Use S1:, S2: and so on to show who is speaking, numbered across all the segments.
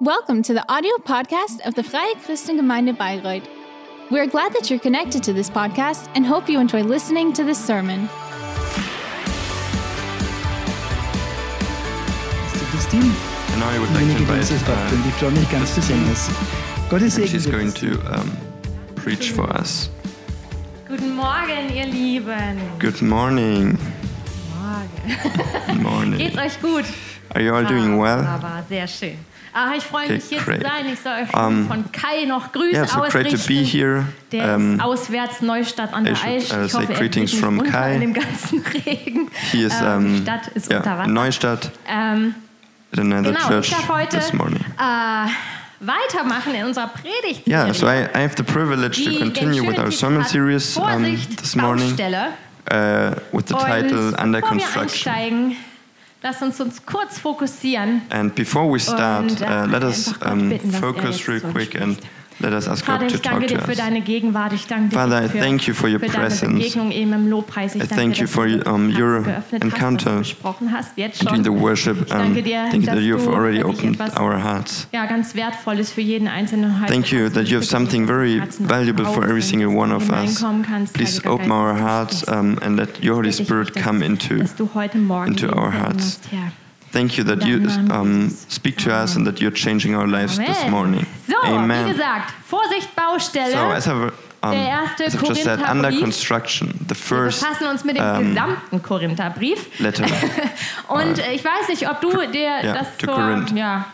S1: Welcome to the audio podcast of the Freie Christengemeinde Bayreuth. We are glad that you're connected to this podcast and hope you enjoy listening to this sermon.
S2: Pastor Christine,
S3: And I would like to
S2: diejenige, die uns das Wort
S3: invite
S2: bringt,
S3: uh,
S2: die Frau nicht ganz zu sehen ist. Gottes
S3: and
S2: Segen
S3: she's
S2: dir,
S3: going
S2: Christine.
S3: to um, preach for us.
S4: Guten Morgen, ihr Lieben.
S3: Good morning. Good
S4: Geht's
S3: morning.
S4: euch gut?
S3: Are you all doing
S4: uh,
S3: well?
S4: Aber sehr schön. Ah, ich freue
S3: Okay,
S4: mich hier
S3: great.
S4: zu sein. Ich soll euch
S3: Um,
S4: von Kai noch Grüße
S3: Yeah, so great
S4: ausrichten.
S3: to be here.
S4: Der
S3: Um,
S4: ist auswärts Neustadt an
S3: I
S4: der
S3: should,
S4: Aisch.
S3: uh,
S4: Ich
S3: say
S4: hoffe, er
S3: greetings
S4: geht nicht
S3: from
S4: unter
S3: Kai.
S4: in dem ganzen Regen.
S3: he is
S4: Ähm, die
S3: um,
S4: Stadt ist unter
S3: yeah,
S4: Wasser.
S3: Neustadt
S4: Ähm,
S3: at another
S4: genau,
S3: church
S4: ich darf heute
S3: this morning.
S4: äh, weitermachen in unserer Predigt.
S3: Yeah, so I, I have the privilege to continue with our sermon series um,
S4: Vorsicht,
S3: this morning
S4: Baustelle.
S3: uh, with the
S4: Und
S3: title Under
S4: bevor
S3: Construction.
S4: Wir einsteigen, lass uns uns kurz fokussieren.
S3: And before we start,
S4: Und, äh,
S3: uh, let us
S4: einfach Gott
S3: um,
S4: bitten, dass er
S3: focus
S4: jetzt
S3: real
S4: zu uns
S3: quick and let us ask
S4: Vater,
S3: God to
S4: ich danke
S3: talk
S4: dir
S3: to
S4: für
S3: us.
S4: deine Gegenwart. Ich danke dir
S3: Father, I
S4: für,
S3: thank you for your
S4: für
S3: presence.
S4: deine Begegnung eben im Lobpreis. Ich
S3: I
S4: danke
S3: thank
S4: dir,
S3: you
S4: dass
S3: for,
S4: du
S3: um,
S4: dein
S3: your
S4: Herz geöffnet hast, dass
S3: encounter
S4: du gesprochen hast, jetzt
S3: During
S4: schon.
S3: the worship,
S4: ich
S3: um,
S4: danke dir,
S3: thank you
S4: dass
S3: that you have
S4: du
S3: already
S4: wirklich
S3: opened
S4: etwas
S3: our hearts.
S4: ja, ganz wertvoll ist für jeden Einzelnen heute.
S3: Thank you that you have something very valuable for every single one of us. Please open our hearts um, and let your Holy Spirit come into.
S4: dass du heute Morgen
S3: into
S4: jeden
S3: our
S4: Segen
S3: hearts.
S4: hast, Herr.
S3: Thank you that you um, speak to us and that you're changing our lives this
S4: Amen.
S3: morning.
S4: So, wie
S3: Amen.
S4: gesagt, Vorsicht Baustelle.
S3: So, as I've, um,
S4: Der erste
S3: as I've just said,
S4: Korintherbrief.
S3: under construction, the
S4: Wir
S3: first
S4: befassen uns mit dem
S3: um,
S4: gesamten Korintherbrief.
S3: letter.
S4: Und äh, ich weiß nicht, ob du dir
S3: ja,
S4: das
S3: to
S4: zur,
S3: Corinth.
S4: ja,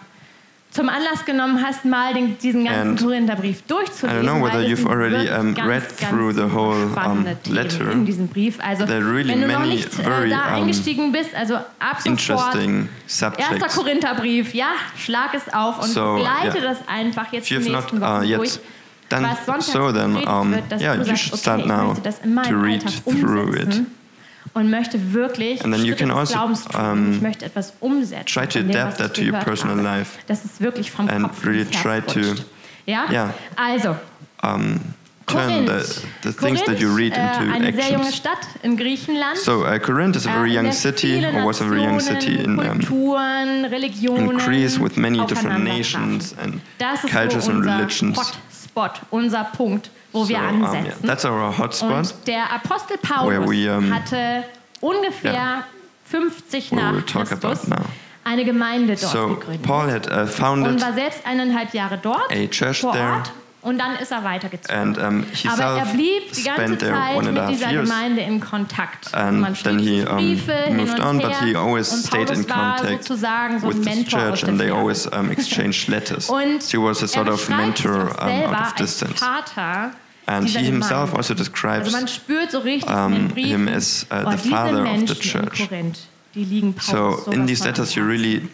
S4: zum Anlass genommen hast, mal den, diesen ganzen
S3: And
S4: Korintherbrief
S3: I
S4: durchzulesen.
S3: don't know
S4: weil
S3: whether
S4: es
S3: you've
S4: sind
S3: already,
S4: wirklich
S3: um,
S4: ganz,
S3: read
S4: ganz
S3: through the whole, um,
S4: spannende Themen
S3: letter.
S4: in diesem Brief. Also,
S3: There are really
S4: wenn du noch
S3: many
S4: nicht äh,
S3: very,
S4: da
S3: um,
S4: eingestiegen bist, also ab sofort.
S3: Interesting
S4: Erster
S3: subjects.
S4: Korintherbrief, ja, schlag es auf und
S3: So,
S4: begleite
S3: yeah.
S4: das einfach jetzt
S3: If
S4: die
S3: you've
S4: nächsten
S3: not
S4: Wochen
S3: uh,
S4: durch.
S3: yet
S4: was
S3: done
S4: sonntags
S3: so, then
S4: gepredigt
S3: um,
S4: wird, dass
S3: yeah,
S4: du
S3: you
S4: sagst,
S3: should
S4: okay,
S3: start
S4: ich
S3: now
S4: möchte das in meinen
S3: to read
S4: Alltag
S3: through
S4: umsetzen.
S3: it.
S4: und möchte wirklich
S3: And then you
S4: Schritte
S3: can
S4: des
S3: also,
S4: Glaubens tun.
S3: um,
S4: ich möchte etwas umsetzen.
S3: try to
S4: von dem,
S3: adapt
S4: was ich
S3: that to your
S4: gehört
S3: personal
S4: habe.
S3: life
S4: Das ist wirklich vom
S3: and
S4: Kopf
S3: really
S4: ins Herz
S3: try to,
S4: rutscht. ja?
S3: yeah.
S4: Also,
S3: Um, turn
S4: Korinth.
S3: the, the things
S4: Korinth,
S3: that you read
S4: äh,
S3: into
S4: eine sehr junge
S3: actions.
S4: Stadt in Griechenland.
S3: So, uh, Corinth is a very
S4: Äh,
S3: young
S4: sehr
S3: city,
S4: viele
S3: or was a very young
S4: Nationen,
S3: city in, um,
S4: Kulturen, Religionen
S3: in Greece, with many different
S4: aufeinander
S3: nations
S4: trafen.
S3: and
S4: Das ist
S3: cultures
S4: so
S3: and
S4: unser
S3: religions.
S4: Hotspot, unser Punkt, wo
S3: So,
S4: wir
S3: um, yeah,
S4: ansetzen.
S3: that's our hotspot.
S4: Und der Apostel Paulus
S3: Where we, um,
S4: hatte ungefähr
S3: yeah.
S4: 50
S3: Where
S4: nach
S3: we'll talk
S4: Christus
S3: about now.
S4: eine Gemeinde dort
S3: So,
S4: gegründet
S3: Paul had uh,
S4: und
S3: founded,
S4: war selbst eineinhalb Jahre dort
S3: a church
S4: vor
S3: there.
S4: Ort und dann ist er weitergezogen.
S3: and um, he
S4: Aber er
S3: self
S4: blieb die ganze
S3: spent there
S4: Zeit
S3: one and
S4: mit
S3: a half
S4: dieser
S3: years.
S4: Gemeinde in Kontakt. Also
S3: And
S4: Man schrieb
S3: then he,
S4: sich
S3: um,
S4: Briefe hin
S3: moved
S4: und
S3: on,
S4: her
S3: but he always
S4: und
S3: stayed
S4: Paulus
S3: in
S4: war
S3: contact
S4: sozusagen so ein
S3: with this
S4: Mentor aus
S3: church,
S4: der
S3: and they
S4: Ferne.
S3: always um, exchanged letters.
S4: Und
S3: so he was a sort
S4: er
S3: of
S4: beschreibt sich
S3: mentor
S4: auch
S3: um,
S4: selber
S3: out of
S4: als
S3: distance.
S4: Vater
S3: And
S4: dieser
S3: he himself
S4: Gemeinde.
S3: also describes
S4: Also man spürt so richtig in den
S3: um,
S4: Briefen,
S3: him as uh,
S4: oh,
S3: the
S4: diese
S3: father of the
S4: Menschen in
S3: church.
S4: Korinth, die liegen Paulus
S3: So
S4: sowas
S3: in these
S4: von am
S3: letters, you
S4: Herzen.
S3: really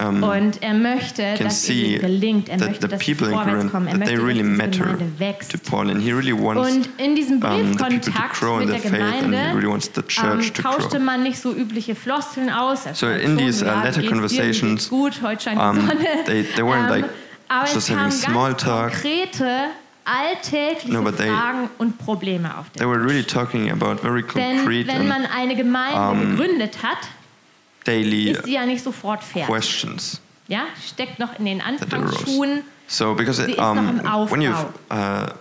S3: um,
S4: Und er möchte,
S3: can
S4: dass es ihm
S3: see
S4: gelingt, er
S3: that
S4: möchte,
S3: the
S4: dass sie
S3: people in
S4: vorwärts
S3: Corinth
S4: kommen, er
S3: that they
S4: möchte, dass
S3: really
S4: diese
S3: matter
S4: Gemeinde
S3: to
S4: wächst.
S3: Paul, and he really wants
S4: Und in diesem
S3: um, the people to
S4: Briefkontakt
S3: grow in
S4: mit
S3: their
S4: der
S3: faith, and he really
S4: Gemeinde
S3: wants the church
S4: ähm,
S3: to grow.
S4: tauschte man nicht so übliche Floskeln aus. Er
S3: So
S4: fragt
S3: in
S4: schon,
S3: these, uh,
S4: ja, wie
S3: letter
S4: geht's dir? Wie
S3: conversations,
S4: geht's gut, heute scheint
S3: um,
S4: die Sonne.
S3: they- they weren't
S4: Ähm,
S3: like
S4: aber es
S3: just
S4: kamen
S3: having
S4: ganz
S3: small talk.
S4: konkrete, alltägliche
S3: No, but they-
S4: Fragen und Probleme auf
S3: They
S4: den
S3: were really talking about very
S4: Denn
S3: concrete
S4: wenn
S3: and um,
S4: man eine Gemeinde gegründet hat,
S3: daily
S4: ist sie ja nicht sofort fertig.
S3: questions.
S4: Ja, steckt noch in den
S3: that arose.
S4: Anfangsschuhen.
S3: So because
S4: Sie
S3: it,
S4: ist noch
S3: um,
S4: im
S3: when
S4: Aufbau.
S3: you've uh,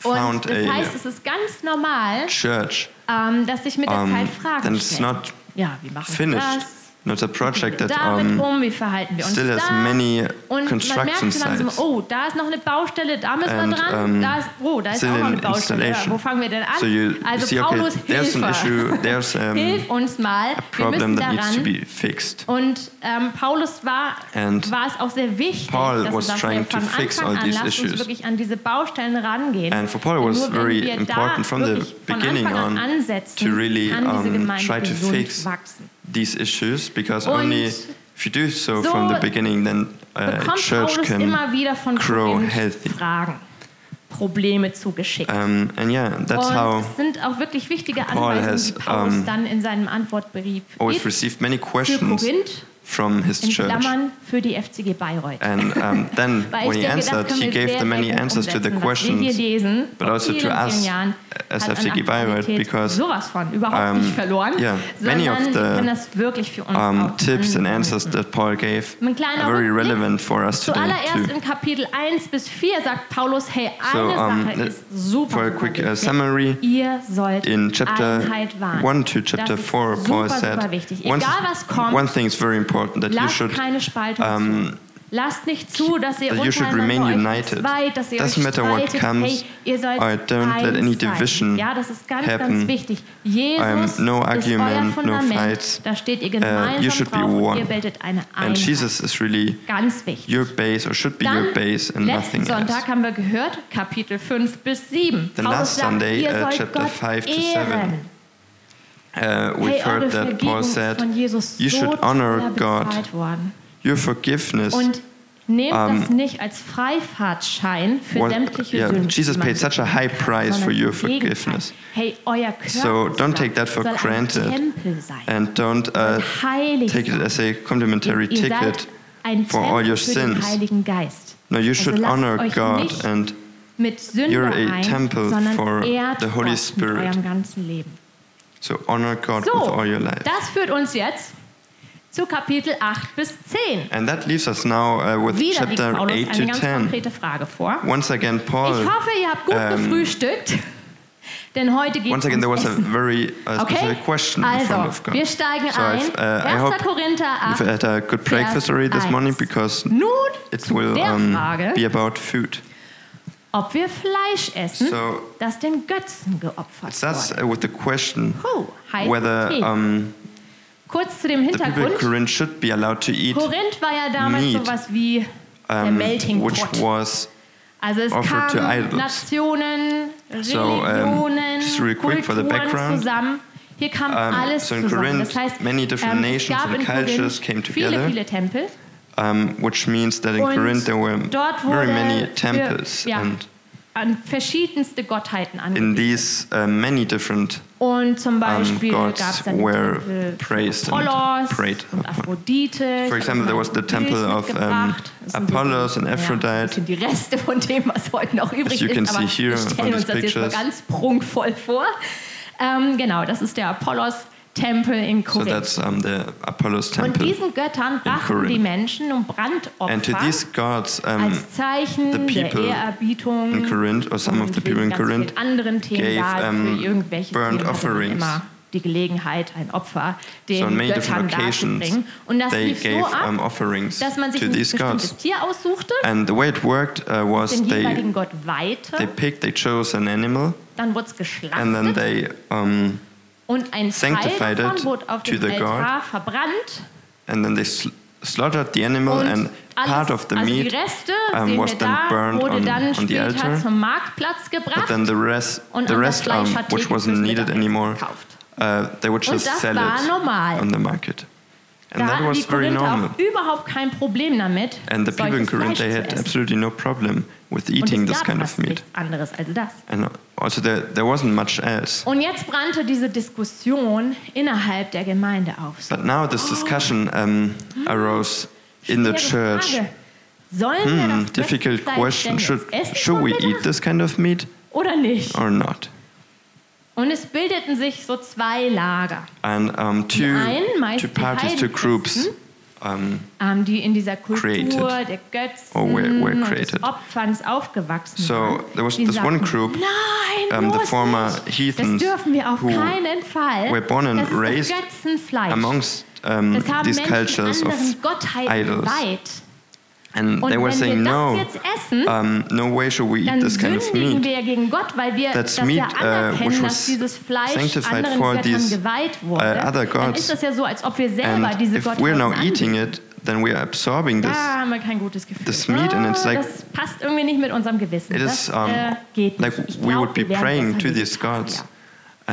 S3: found
S4: Und das heißt,
S3: a
S4: es ist ganz normal,
S3: church,
S4: ähm, dass sich mit der
S3: um,
S4: Zeit Fragen
S3: then it's
S4: stellen.
S3: not
S4: ja, wie machen wir
S3: finished.
S4: das?
S3: Not a project that
S4: damit
S3: um,
S4: um, wie verhalten wir uns
S3: still has
S4: da?
S3: many
S4: und man
S3: construction
S4: merkt so langsam,
S3: sites.
S4: oh, da ist noch eine Baustelle, da müssen
S3: And,
S4: wir dran,
S3: um,
S4: da ist, oh, da ist
S3: still
S4: auch noch eine
S3: in
S4: Baustelle, ja,
S3: installation.
S4: wo fangen wir denn an?
S3: So you
S4: also
S3: see,
S4: Paulus,
S3: okay, there's an
S4: Hilfe,
S3: issue, there's um,
S4: hilf uns mal,
S3: a
S4: wir
S3: problem
S4: müssen
S3: that needs to
S4: daran.
S3: be fixed.
S4: Und ähm, Paulus war,
S3: And
S4: war es auch sehr wichtig,
S3: Paul
S4: dass
S3: was
S4: er sagt,
S3: trying
S4: hey,
S3: to
S4: von
S3: fix
S4: Anfang
S3: all
S4: an
S3: these
S4: lasst uns
S3: issues.
S4: wirklich an diese Baustellen rangehen.
S3: And for Paul it
S4: Denn
S3: was
S4: nur wenn
S3: very
S4: wir da
S3: important from the
S4: wirklich von
S3: beginning
S4: Anfang
S3: on
S4: an ansetzen,
S3: to really,
S4: kann diese
S3: um,
S4: Gemeinde
S3: try to
S4: gesund
S3: fix
S4: wachsen.
S3: These issues, because
S4: Und
S3: only if you do so,
S4: so
S3: from the beginning, then uh, a
S4: bekommt
S3: church
S4: Paulus
S3: can.
S4: immer wieder von
S3: grow
S4: Korinth
S3: healthy.
S4: Fragen, Probleme zugeschickt.
S3: Um, and yeah, that's
S4: und
S3: how
S4: es sind auch wirklich wichtige
S3: Paul
S4: Anweisungen,
S3: has,
S4: die Paulus
S3: um,
S4: dann in seinem Antwortbrief
S3: always
S4: gibt
S3: received many
S4: für
S3: questions
S4: Korinth
S3: from his
S4: in
S3: church.
S4: Klammern für die FCG Bayreuth.
S3: And um, then when
S4: Weil ich
S3: he
S4: denke, das
S3: answered,
S4: können
S3: he
S4: wir
S3: gave
S4: sehr,
S3: the many
S4: sehr gut
S3: answers to the
S4: umsetzen, was wir hier
S3: questions.
S4: lesen,
S3: but
S4: vor
S3: also to
S4: vielen,
S3: us
S4: vielen Jahren,
S3: as
S4: hat an
S3: FCG Bayreuth,
S4: Aktualität
S3: because,
S4: sowas von überhaupt
S3: um,
S4: nicht verloren,
S3: yeah,
S4: sondern
S3: many of
S4: wir
S3: the,
S4: können das wirklich für uns
S3: Um,
S4: auch
S3: tips and
S4: anwenden.
S3: answers that Paul gave
S4: Ein
S3: are
S4: Mm. kleiner
S3: very
S4: Rückblick.
S3: relevant for us today
S4: Zuallererst
S3: too.
S4: in Kapitel 1 bis 4 sagt Paulus, hey,
S3: So
S4: eine
S3: um,
S4: Sache
S3: let-
S4: ist super,
S3: for a
S4: super
S3: quick uh,
S4: wichtig.
S3: summary,
S4: Ihr sollt
S3: in chapter
S4: Einheit wahren.
S3: 1 to chapter
S4: das ist
S3: 4,
S4: super,
S3: Paul
S4: super
S3: said,
S4: wichtig.
S3: one,
S4: Egal was kommt,
S3: one thing is very important that you
S4: lasst
S3: should
S4: keine Spaltung
S3: um,
S4: zu. Lasst nicht zu, dass ihr
S3: that you should
S4: untereinander
S3: remain
S4: euch
S3: united.
S4: zweit, dass ihr
S3: Doesn't
S4: euch
S3: matter what
S4: streitet.
S3: comes,
S4: hey, ihr sollt
S3: or don't let
S4: eins
S3: any
S4: sein.
S3: division
S4: Ja, das ist ganz, ganz
S3: happen.
S4: wichtig. Jesus
S3: Um, no
S4: ist euer
S3: argument, no
S4: Fundament.
S3: fights.
S4: Da steht ihr
S3: Uh,
S4: gemeinsam
S3: you should be
S4: drauf und ihr
S3: one.
S4: bildet eine Einheit.
S3: And Jesus is really
S4: ganz wichtig.
S3: your base or should be
S4: Dann
S3: your base and
S4: letzten
S3: nothing
S4: Sonntag
S3: else.
S4: haben wir gehört, Kapitel 5 bis 7.
S3: The
S4: Paulus
S3: last
S4: sagt,
S3: Sunday,
S4: ihr
S3: uh,
S4: sollt
S3: chapter
S4: Gott
S3: 5 to
S4: ehren.
S3: 7, Uh,
S4: Hey,
S3: we've
S4: eure
S3: heard that
S4: Vergebung
S3: Paul
S4: ist
S3: said,
S4: von Jesus
S3: you
S4: so
S3: should honor
S4: teuer
S3: God.
S4: bezahlt worden.
S3: Your forgiveness
S4: Und nehmt
S3: Um,
S4: das nicht als Freifahrtschein für
S3: Well,
S4: sämtliche
S3: yeah,
S4: Sünden.
S3: Jesus
S4: die man
S3: paid such a high
S4: hat,
S3: price
S4: sondern
S3: for your
S4: im Gegenteil.
S3: forgiveness.
S4: Hey, euer Körper
S3: So don't take that for
S4: soll ein
S3: granted
S4: Tempel sein.
S3: and don't uh,
S4: Soll heilig
S3: take it
S4: sein.
S3: as a complimentary
S4: Ihr
S3: ticket
S4: seid ein
S3: for
S4: Tempel
S3: all your
S4: für den
S3: sins.
S4: Heiligen Geist.
S3: No, you should
S4: also lasst
S3: honor
S4: euch
S3: God
S4: nicht
S3: and
S4: mit Sünde
S3: you're a
S4: ein,
S3: temple
S4: sondern
S3: for
S4: ehrt
S3: the Holy
S4: Gott
S3: Spirit.
S4: mit eurem ganzen Leben.
S3: so honor God
S4: So,
S3: with all your life.
S4: das führt uns jetzt zu Kapitel 8 bis 10.
S3: And that leaves us now uh, with
S4: Wieder liegt
S3: chapter
S4: Paulus
S3: 8
S4: eine
S3: to
S4: ganz
S3: 10.
S4: konkrete Frage vor.
S3: Once again, Paul.
S4: Ich hoffe, ihr habt gut
S3: ähm,
S4: gefrühstückt, denn heute geht
S3: Once
S4: es
S3: again, there was a
S4: Essen.
S3: very uh,
S4: Okay?
S3: specific question in front of
S4: Also,
S3: God.
S4: wir steigen
S3: so
S4: ein.
S3: I've, uh, I
S4: 1.
S3: hope
S4: Korinther 8.
S3: you've had a good breakfast already this
S4: Vers
S3: morning
S4: 1.
S3: because
S4: Nun
S3: it
S4: zu
S3: will
S4: der
S3: um,
S4: Frage,
S3: be about food.
S4: ob wir Fleisch essen,
S3: So-
S4: das den Götzen geopfert
S3: It starts
S4: wurde.
S3: uh, with the question
S4: Oh, heißen
S3: whether
S4: Tee.
S3: um,
S4: Kurz zu dem
S3: the people in
S4: Hintergrund.
S3: Corinth should be allowed to eat,
S4: Korinth war ja damals
S3: meat,
S4: sowas wie der
S3: um,
S4: Melting
S3: which
S4: Pot.
S3: was
S4: Also es
S3: offered to
S4: kamen
S3: idols.
S4: Nationen,
S3: So, um,
S4: Religionen,
S3: just real quick for the
S4: Kulturen
S3: background.
S4: zusammen. Hier kam
S3: Um,
S4: alles
S3: so in
S4: zusammen. Das
S3: Corinth,
S4: heißt,
S3: many different
S4: ähm, es
S3: nations
S4: gab
S3: and
S4: in
S3: cultures
S4: Corinth
S3: came
S4: viele,
S3: together.
S4: viele Tempel.
S3: um, which means that in
S4: Und
S3: Corinth there were
S4: dort wurde
S3: very many
S4: für-
S3: temples
S4: ja,
S3: and
S4: an verschiedenste Gottheiten
S3: in
S4: angebetet.
S3: these uh, many different
S4: Und zum Beispiel gab
S3: gods
S4: es dann den
S3: Um, were
S4: Tempel für
S3: praised and
S4: Apollos
S3: prayed
S4: und
S3: upon.
S4: Aphrodite.
S3: For example, there was the temple of, um, Apollos and Aphrodite.
S4: Das sind die Reste von dem, was heute noch übrig
S3: As you can
S4: ist, aber
S3: see here
S4: wir
S3: on
S4: stellen uns
S3: these
S4: das jetzt mal
S3: pictures.
S4: ganz prunkvoll vor. Ähm, genau, das ist der Apollos-Tempel in
S3: so
S4: Korinth.
S3: that's um, the Apollos
S4: und
S3: temple.
S4: diesen Göttern brachten
S3: Corinth.
S4: die Menschen um Brandopfer
S3: and to these gods um,
S4: als Zeichen
S3: the
S4: der
S3: people
S4: Ehrerbietung
S3: in Corinth, or some of
S4: und
S3: the people in
S4: wegen ganz vielen
S3: Corinth,
S4: anderen Themen
S3: gave,
S4: da
S3: um,
S4: für irgendwelche
S3: burnt
S4: Themen hatte man
S3: offerings.
S4: immer die Gelegenheit, ein Opfer
S3: so
S4: den
S3: on many
S4: Göttern
S3: different occasions,
S4: darzubringen. Und das
S3: they
S4: lief so
S3: gave
S4: ab,
S3: um, offerings
S4: dass man sich
S3: to
S4: ein
S3: these
S4: bestimmtes
S3: gods.
S4: Tier aussuchte,
S3: And the way it worked uh, was
S4: den
S3: they
S4: jeweiligen Gott
S3: they
S4: weihte,
S3: picked, they chose an animal,
S4: dann wurde es
S3: and then
S4: geschlachtet
S3: they um,
S4: und ein Teil
S3: sanctified
S4: davon
S3: it
S4: wurde auf
S3: to
S4: dem
S3: the God.
S4: Altar verbrannt.
S3: and then they sl- slaughtered the animal, and
S4: Und
S3: part
S4: alles,
S3: of the
S4: also die
S3: meat,
S4: Reste,
S3: um,
S4: sehen
S3: was
S4: wir
S3: then
S4: da,
S3: burned
S4: wurde
S3: on-
S4: dann
S3: on the
S4: später
S3: altar.
S4: zum Marktplatz
S3: but
S4: gebracht.
S3: then the rest,
S4: Und
S3: the
S4: an das
S3: rest um,
S4: Fleisch hat
S3: which
S4: Theke
S3: wasn't
S4: fürs
S3: needed
S4: Mittagessen
S3: anymore,
S4: gekauft.
S3: uh, they would just
S4: das
S3: sell
S4: war
S3: it
S4: normal.
S3: on the market, and
S4: da
S3: that
S4: hatten die
S3: was very
S4: Korinther
S3: normal.
S4: auch überhaupt kein Problem damit,
S3: And the people in
S4: solches
S3: Corinth, they
S4: Fleisch
S3: had
S4: zu essen.
S3: absolutely no problem with
S4: Und
S3: eating
S4: es
S3: this
S4: gab
S3: kind of
S4: fast
S3: meat.
S4: nichts anderes als das.
S3: And also there, there wasn't much else.
S4: Und jetzt brannte diese Diskussion innerhalb der Gemeinde auf. So,
S3: But now
S4: Oh.
S3: this discussion um, arose in the
S4: Hm. schwere
S3: church.
S4: Frage. Sollen wir
S3: Hmm,
S4: das
S3: difficult
S4: Westseite
S3: question.
S4: denn
S3: Should,
S4: jetzt essen
S3: should
S4: zum
S3: we
S4: Mittag
S3: eat this kind of meat
S4: oder nicht?
S3: or not?
S4: Und es bildeten sich so zwei Lager,
S3: And um, two,
S4: einen meist
S3: two
S4: die
S3: parties, two groups
S4: Heidenchristen,
S3: um,
S4: ähm, die in dieser Kultur
S3: Created.
S4: der Götzen
S3: Or were- were
S4: und des
S3: created.
S4: Opferns aufgewachsen
S3: So,
S4: waren.
S3: there was
S4: die
S3: this one
S4: sagten,
S3: group,
S4: Nein,
S3: um, the
S4: bloß
S3: former
S4: nicht.
S3: heathens
S4: das dürfen wir auf
S3: who
S4: keinen Fall.
S3: were born and
S4: das ist doch
S3: raised
S4: Götzenfleisch.
S3: amongst um,
S4: das haben
S3: these
S4: Menschen
S3: cultures
S4: anderen
S3: of
S4: Gottheiten
S3: idols.
S4: geweiht.
S3: And
S4: Und
S3: they were
S4: wenn wir
S3: saying, no,
S4: das jetzt essen,
S3: um, no way should we eat
S4: dann
S3: this kind of
S4: sündigen
S3: meat.
S4: wir gegen Gott, weil wir
S3: That's
S4: das ja
S3: meat, uh,
S4: anerkennen,
S3: which
S4: dass
S3: was
S4: dieses Fleisch
S3: sanctified
S4: anderen
S3: for
S4: Göttern
S3: these,
S4: geweiht wurde.
S3: uh, other
S4: Dann
S3: gods.
S4: ist das ja so, als ob wir selber
S3: And
S4: diese
S3: if we're
S4: Gottheiten
S3: now
S4: anbeten.
S3: eating it, then we are absorbing this.
S4: Da haben wir kein gutes Gefühl.
S3: this meat and it's
S4: Ah,
S3: like-
S4: das passt irgendwie nicht mit unserem Gewissen.
S3: It
S4: das
S3: is um,
S4: äh, geht
S3: like
S4: nicht. Ich
S3: we
S4: glaub,
S3: would be
S4: wir werden
S3: praying
S4: besser
S3: to
S4: leben.
S3: these gods,
S4: Ja.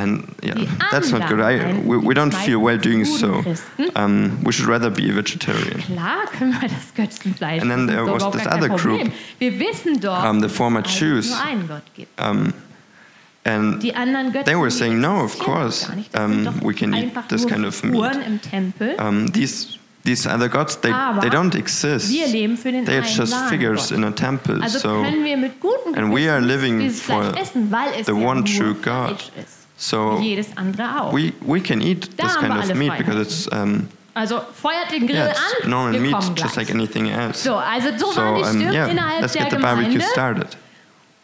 S3: and yeah,
S4: Die
S3: that's not good. I,
S4: anderen,
S3: we,
S4: die
S3: we don't feel well doing
S4: meisten
S3: so.
S4: Christen.
S3: Um, we should rather be a vegetarian.
S4: Klar können wir das Götzenfleisch.
S3: And then
S4: essen,
S3: there
S4: so
S3: was
S4: überhaupt
S3: this
S4: gar kein
S3: other
S4: Problem.
S3: group,
S4: Wir wissen doch,
S3: um, the former
S4: dass es
S3: Jews,
S4: nur einen Gott gibt.
S3: And
S4: Die anderen Götzen,
S3: they were
S4: die
S3: saying, no, of
S4: existieren doch
S3: course,
S4: gar nicht. Das sind
S3: um,
S4: doch
S3: we can eat
S4: einfach
S3: this
S4: nur
S3: kind of
S4: Figuren
S3: meat.
S4: im Tempel.
S3: Um, these these other gods, they,
S4: Aber
S3: they don't exist.
S4: wir leben für den
S3: They are
S4: einen
S3: just
S4: wahren
S3: figures
S4: Gott.
S3: in a temple.
S4: Also
S3: so,
S4: können wir mit gutem
S3: and we are
S4: Gewissen
S3: living
S4: dieses Fleisch
S3: for
S4: essen, weil es
S3: the
S4: ja
S3: one
S4: nur
S3: true
S4: Fleisch
S3: God.
S4: ist.
S3: so
S4: Jedes andere auch.
S3: we, we can eat
S4: Da
S3: this
S4: haben
S3: kind
S4: wir
S3: of
S4: alle
S3: meat
S4: Freiheit.
S3: because it's, um,
S4: Also feuert den Grill
S3: yeah, it's
S4: an,
S3: normal
S4: wir
S3: meat,
S4: kommen
S3: just
S4: gleich.
S3: like anything else.
S4: so, also so,
S3: So,
S4: waren die
S3: um,
S4: Stimmen
S3: yeah,
S4: innerhalb
S3: let's
S4: der
S3: get the barbecue
S4: Gemeinde.
S3: started.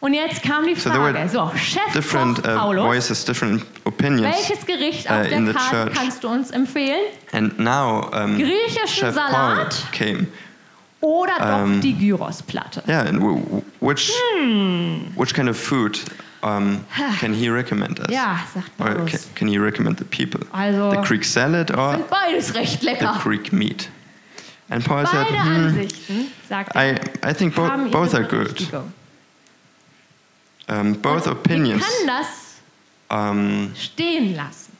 S4: Und jetzt kam die
S3: So there were
S4: Frage, so, Chef
S3: Different uh,
S4: Paulus,
S3: voices, different opinions.
S4: welches Gericht
S3: uh,
S4: auf
S3: in
S4: der
S3: the
S4: Karte
S3: church.
S4: kannst du uns empfehlen?
S3: And now um,
S4: Griechischen
S3: Chef Paul
S4: Salat?
S3: came.
S4: Oder doch
S3: Ähm,
S4: die Gyrosplatte?
S3: Yeah, and w- w- which
S4: Hmm.
S3: which kind of food um, can he recommend us?
S4: Ja, sagt
S3: Or
S4: Paulus.
S3: can, can he recommend the people?
S4: Also-
S3: the Greek salad or
S4: Sind beides recht
S3: the
S4: lecker.
S3: Greek meat? And Paul said,
S4: Beide
S3: hmm,
S4: Ansichten, sagt er,
S3: I, I think
S4: haben
S3: bo-
S4: ihre
S3: both are good.
S4: Berechtigung.
S3: Um, both
S4: Ich
S3: opinions
S4: kann das
S3: um,
S4: stehen lassen.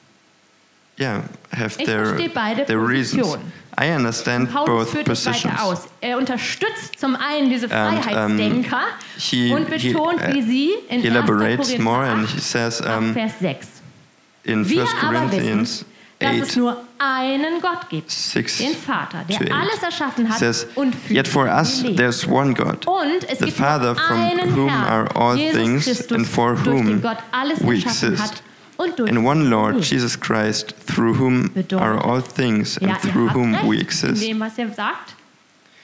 S3: yeah, have
S4: Ich
S3: their,
S4: verstehe beide
S3: their reasons.
S4: Positionen.
S3: I understand
S4: Paulus
S3: both
S4: führt es
S3: positions.
S4: weiter aus. Er unterstützt zum einen diese
S3: ähm,
S4: Freiheitsdenker
S3: he-
S4: und
S3: he,
S4: betont,
S3: äh,
S4: wie sie in
S3: He
S4: 1.
S3: elaborates
S4: Korinther
S3: more and
S4: 8,
S3: he says
S4: ab
S3: um,
S4: Vers 6.
S3: in 1
S4: Wir aber wissen,
S3: Corinthians
S4: dass es
S3: 8
S4: nur einen Gott gibt,
S3: 6
S4: den Vater, der
S3: to eight.
S4: alles erschaffen hat
S3: says,
S4: und für
S3: Yet for us
S4: ihn lebt. Oh,
S3: there's one God,
S4: Und es
S3: the
S4: gibt nur
S3: Father, from
S4: einen
S3: whom
S4: Herrn,
S3: are all
S4: Jesus
S3: things
S4: Christus,
S3: and for
S4: durch den
S3: whom
S4: Gott alles
S3: we
S4: erschaffen
S3: exist.
S4: hat und durch
S3: and one Lord,
S4: ihn.
S3: Jesus Christ, through whom are
S4: Bedeutet,
S3: all things and
S4: ja, ihr
S3: through
S4: habt
S3: whom
S4: recht
S3: we
S4: In
S3: exist.
S4: dem, was ihr sagt.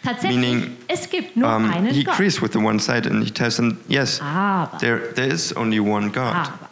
S4: Tatsächlich,
S3: Meaning,
S4: es gibt nur
S3: Um,
S4: einen
S3: he
S4: Gott. Ah.
S3: agrees with the one side and he tells them, Yes,
S4: Aber,
S3: there, there is only one God.
S4: aber,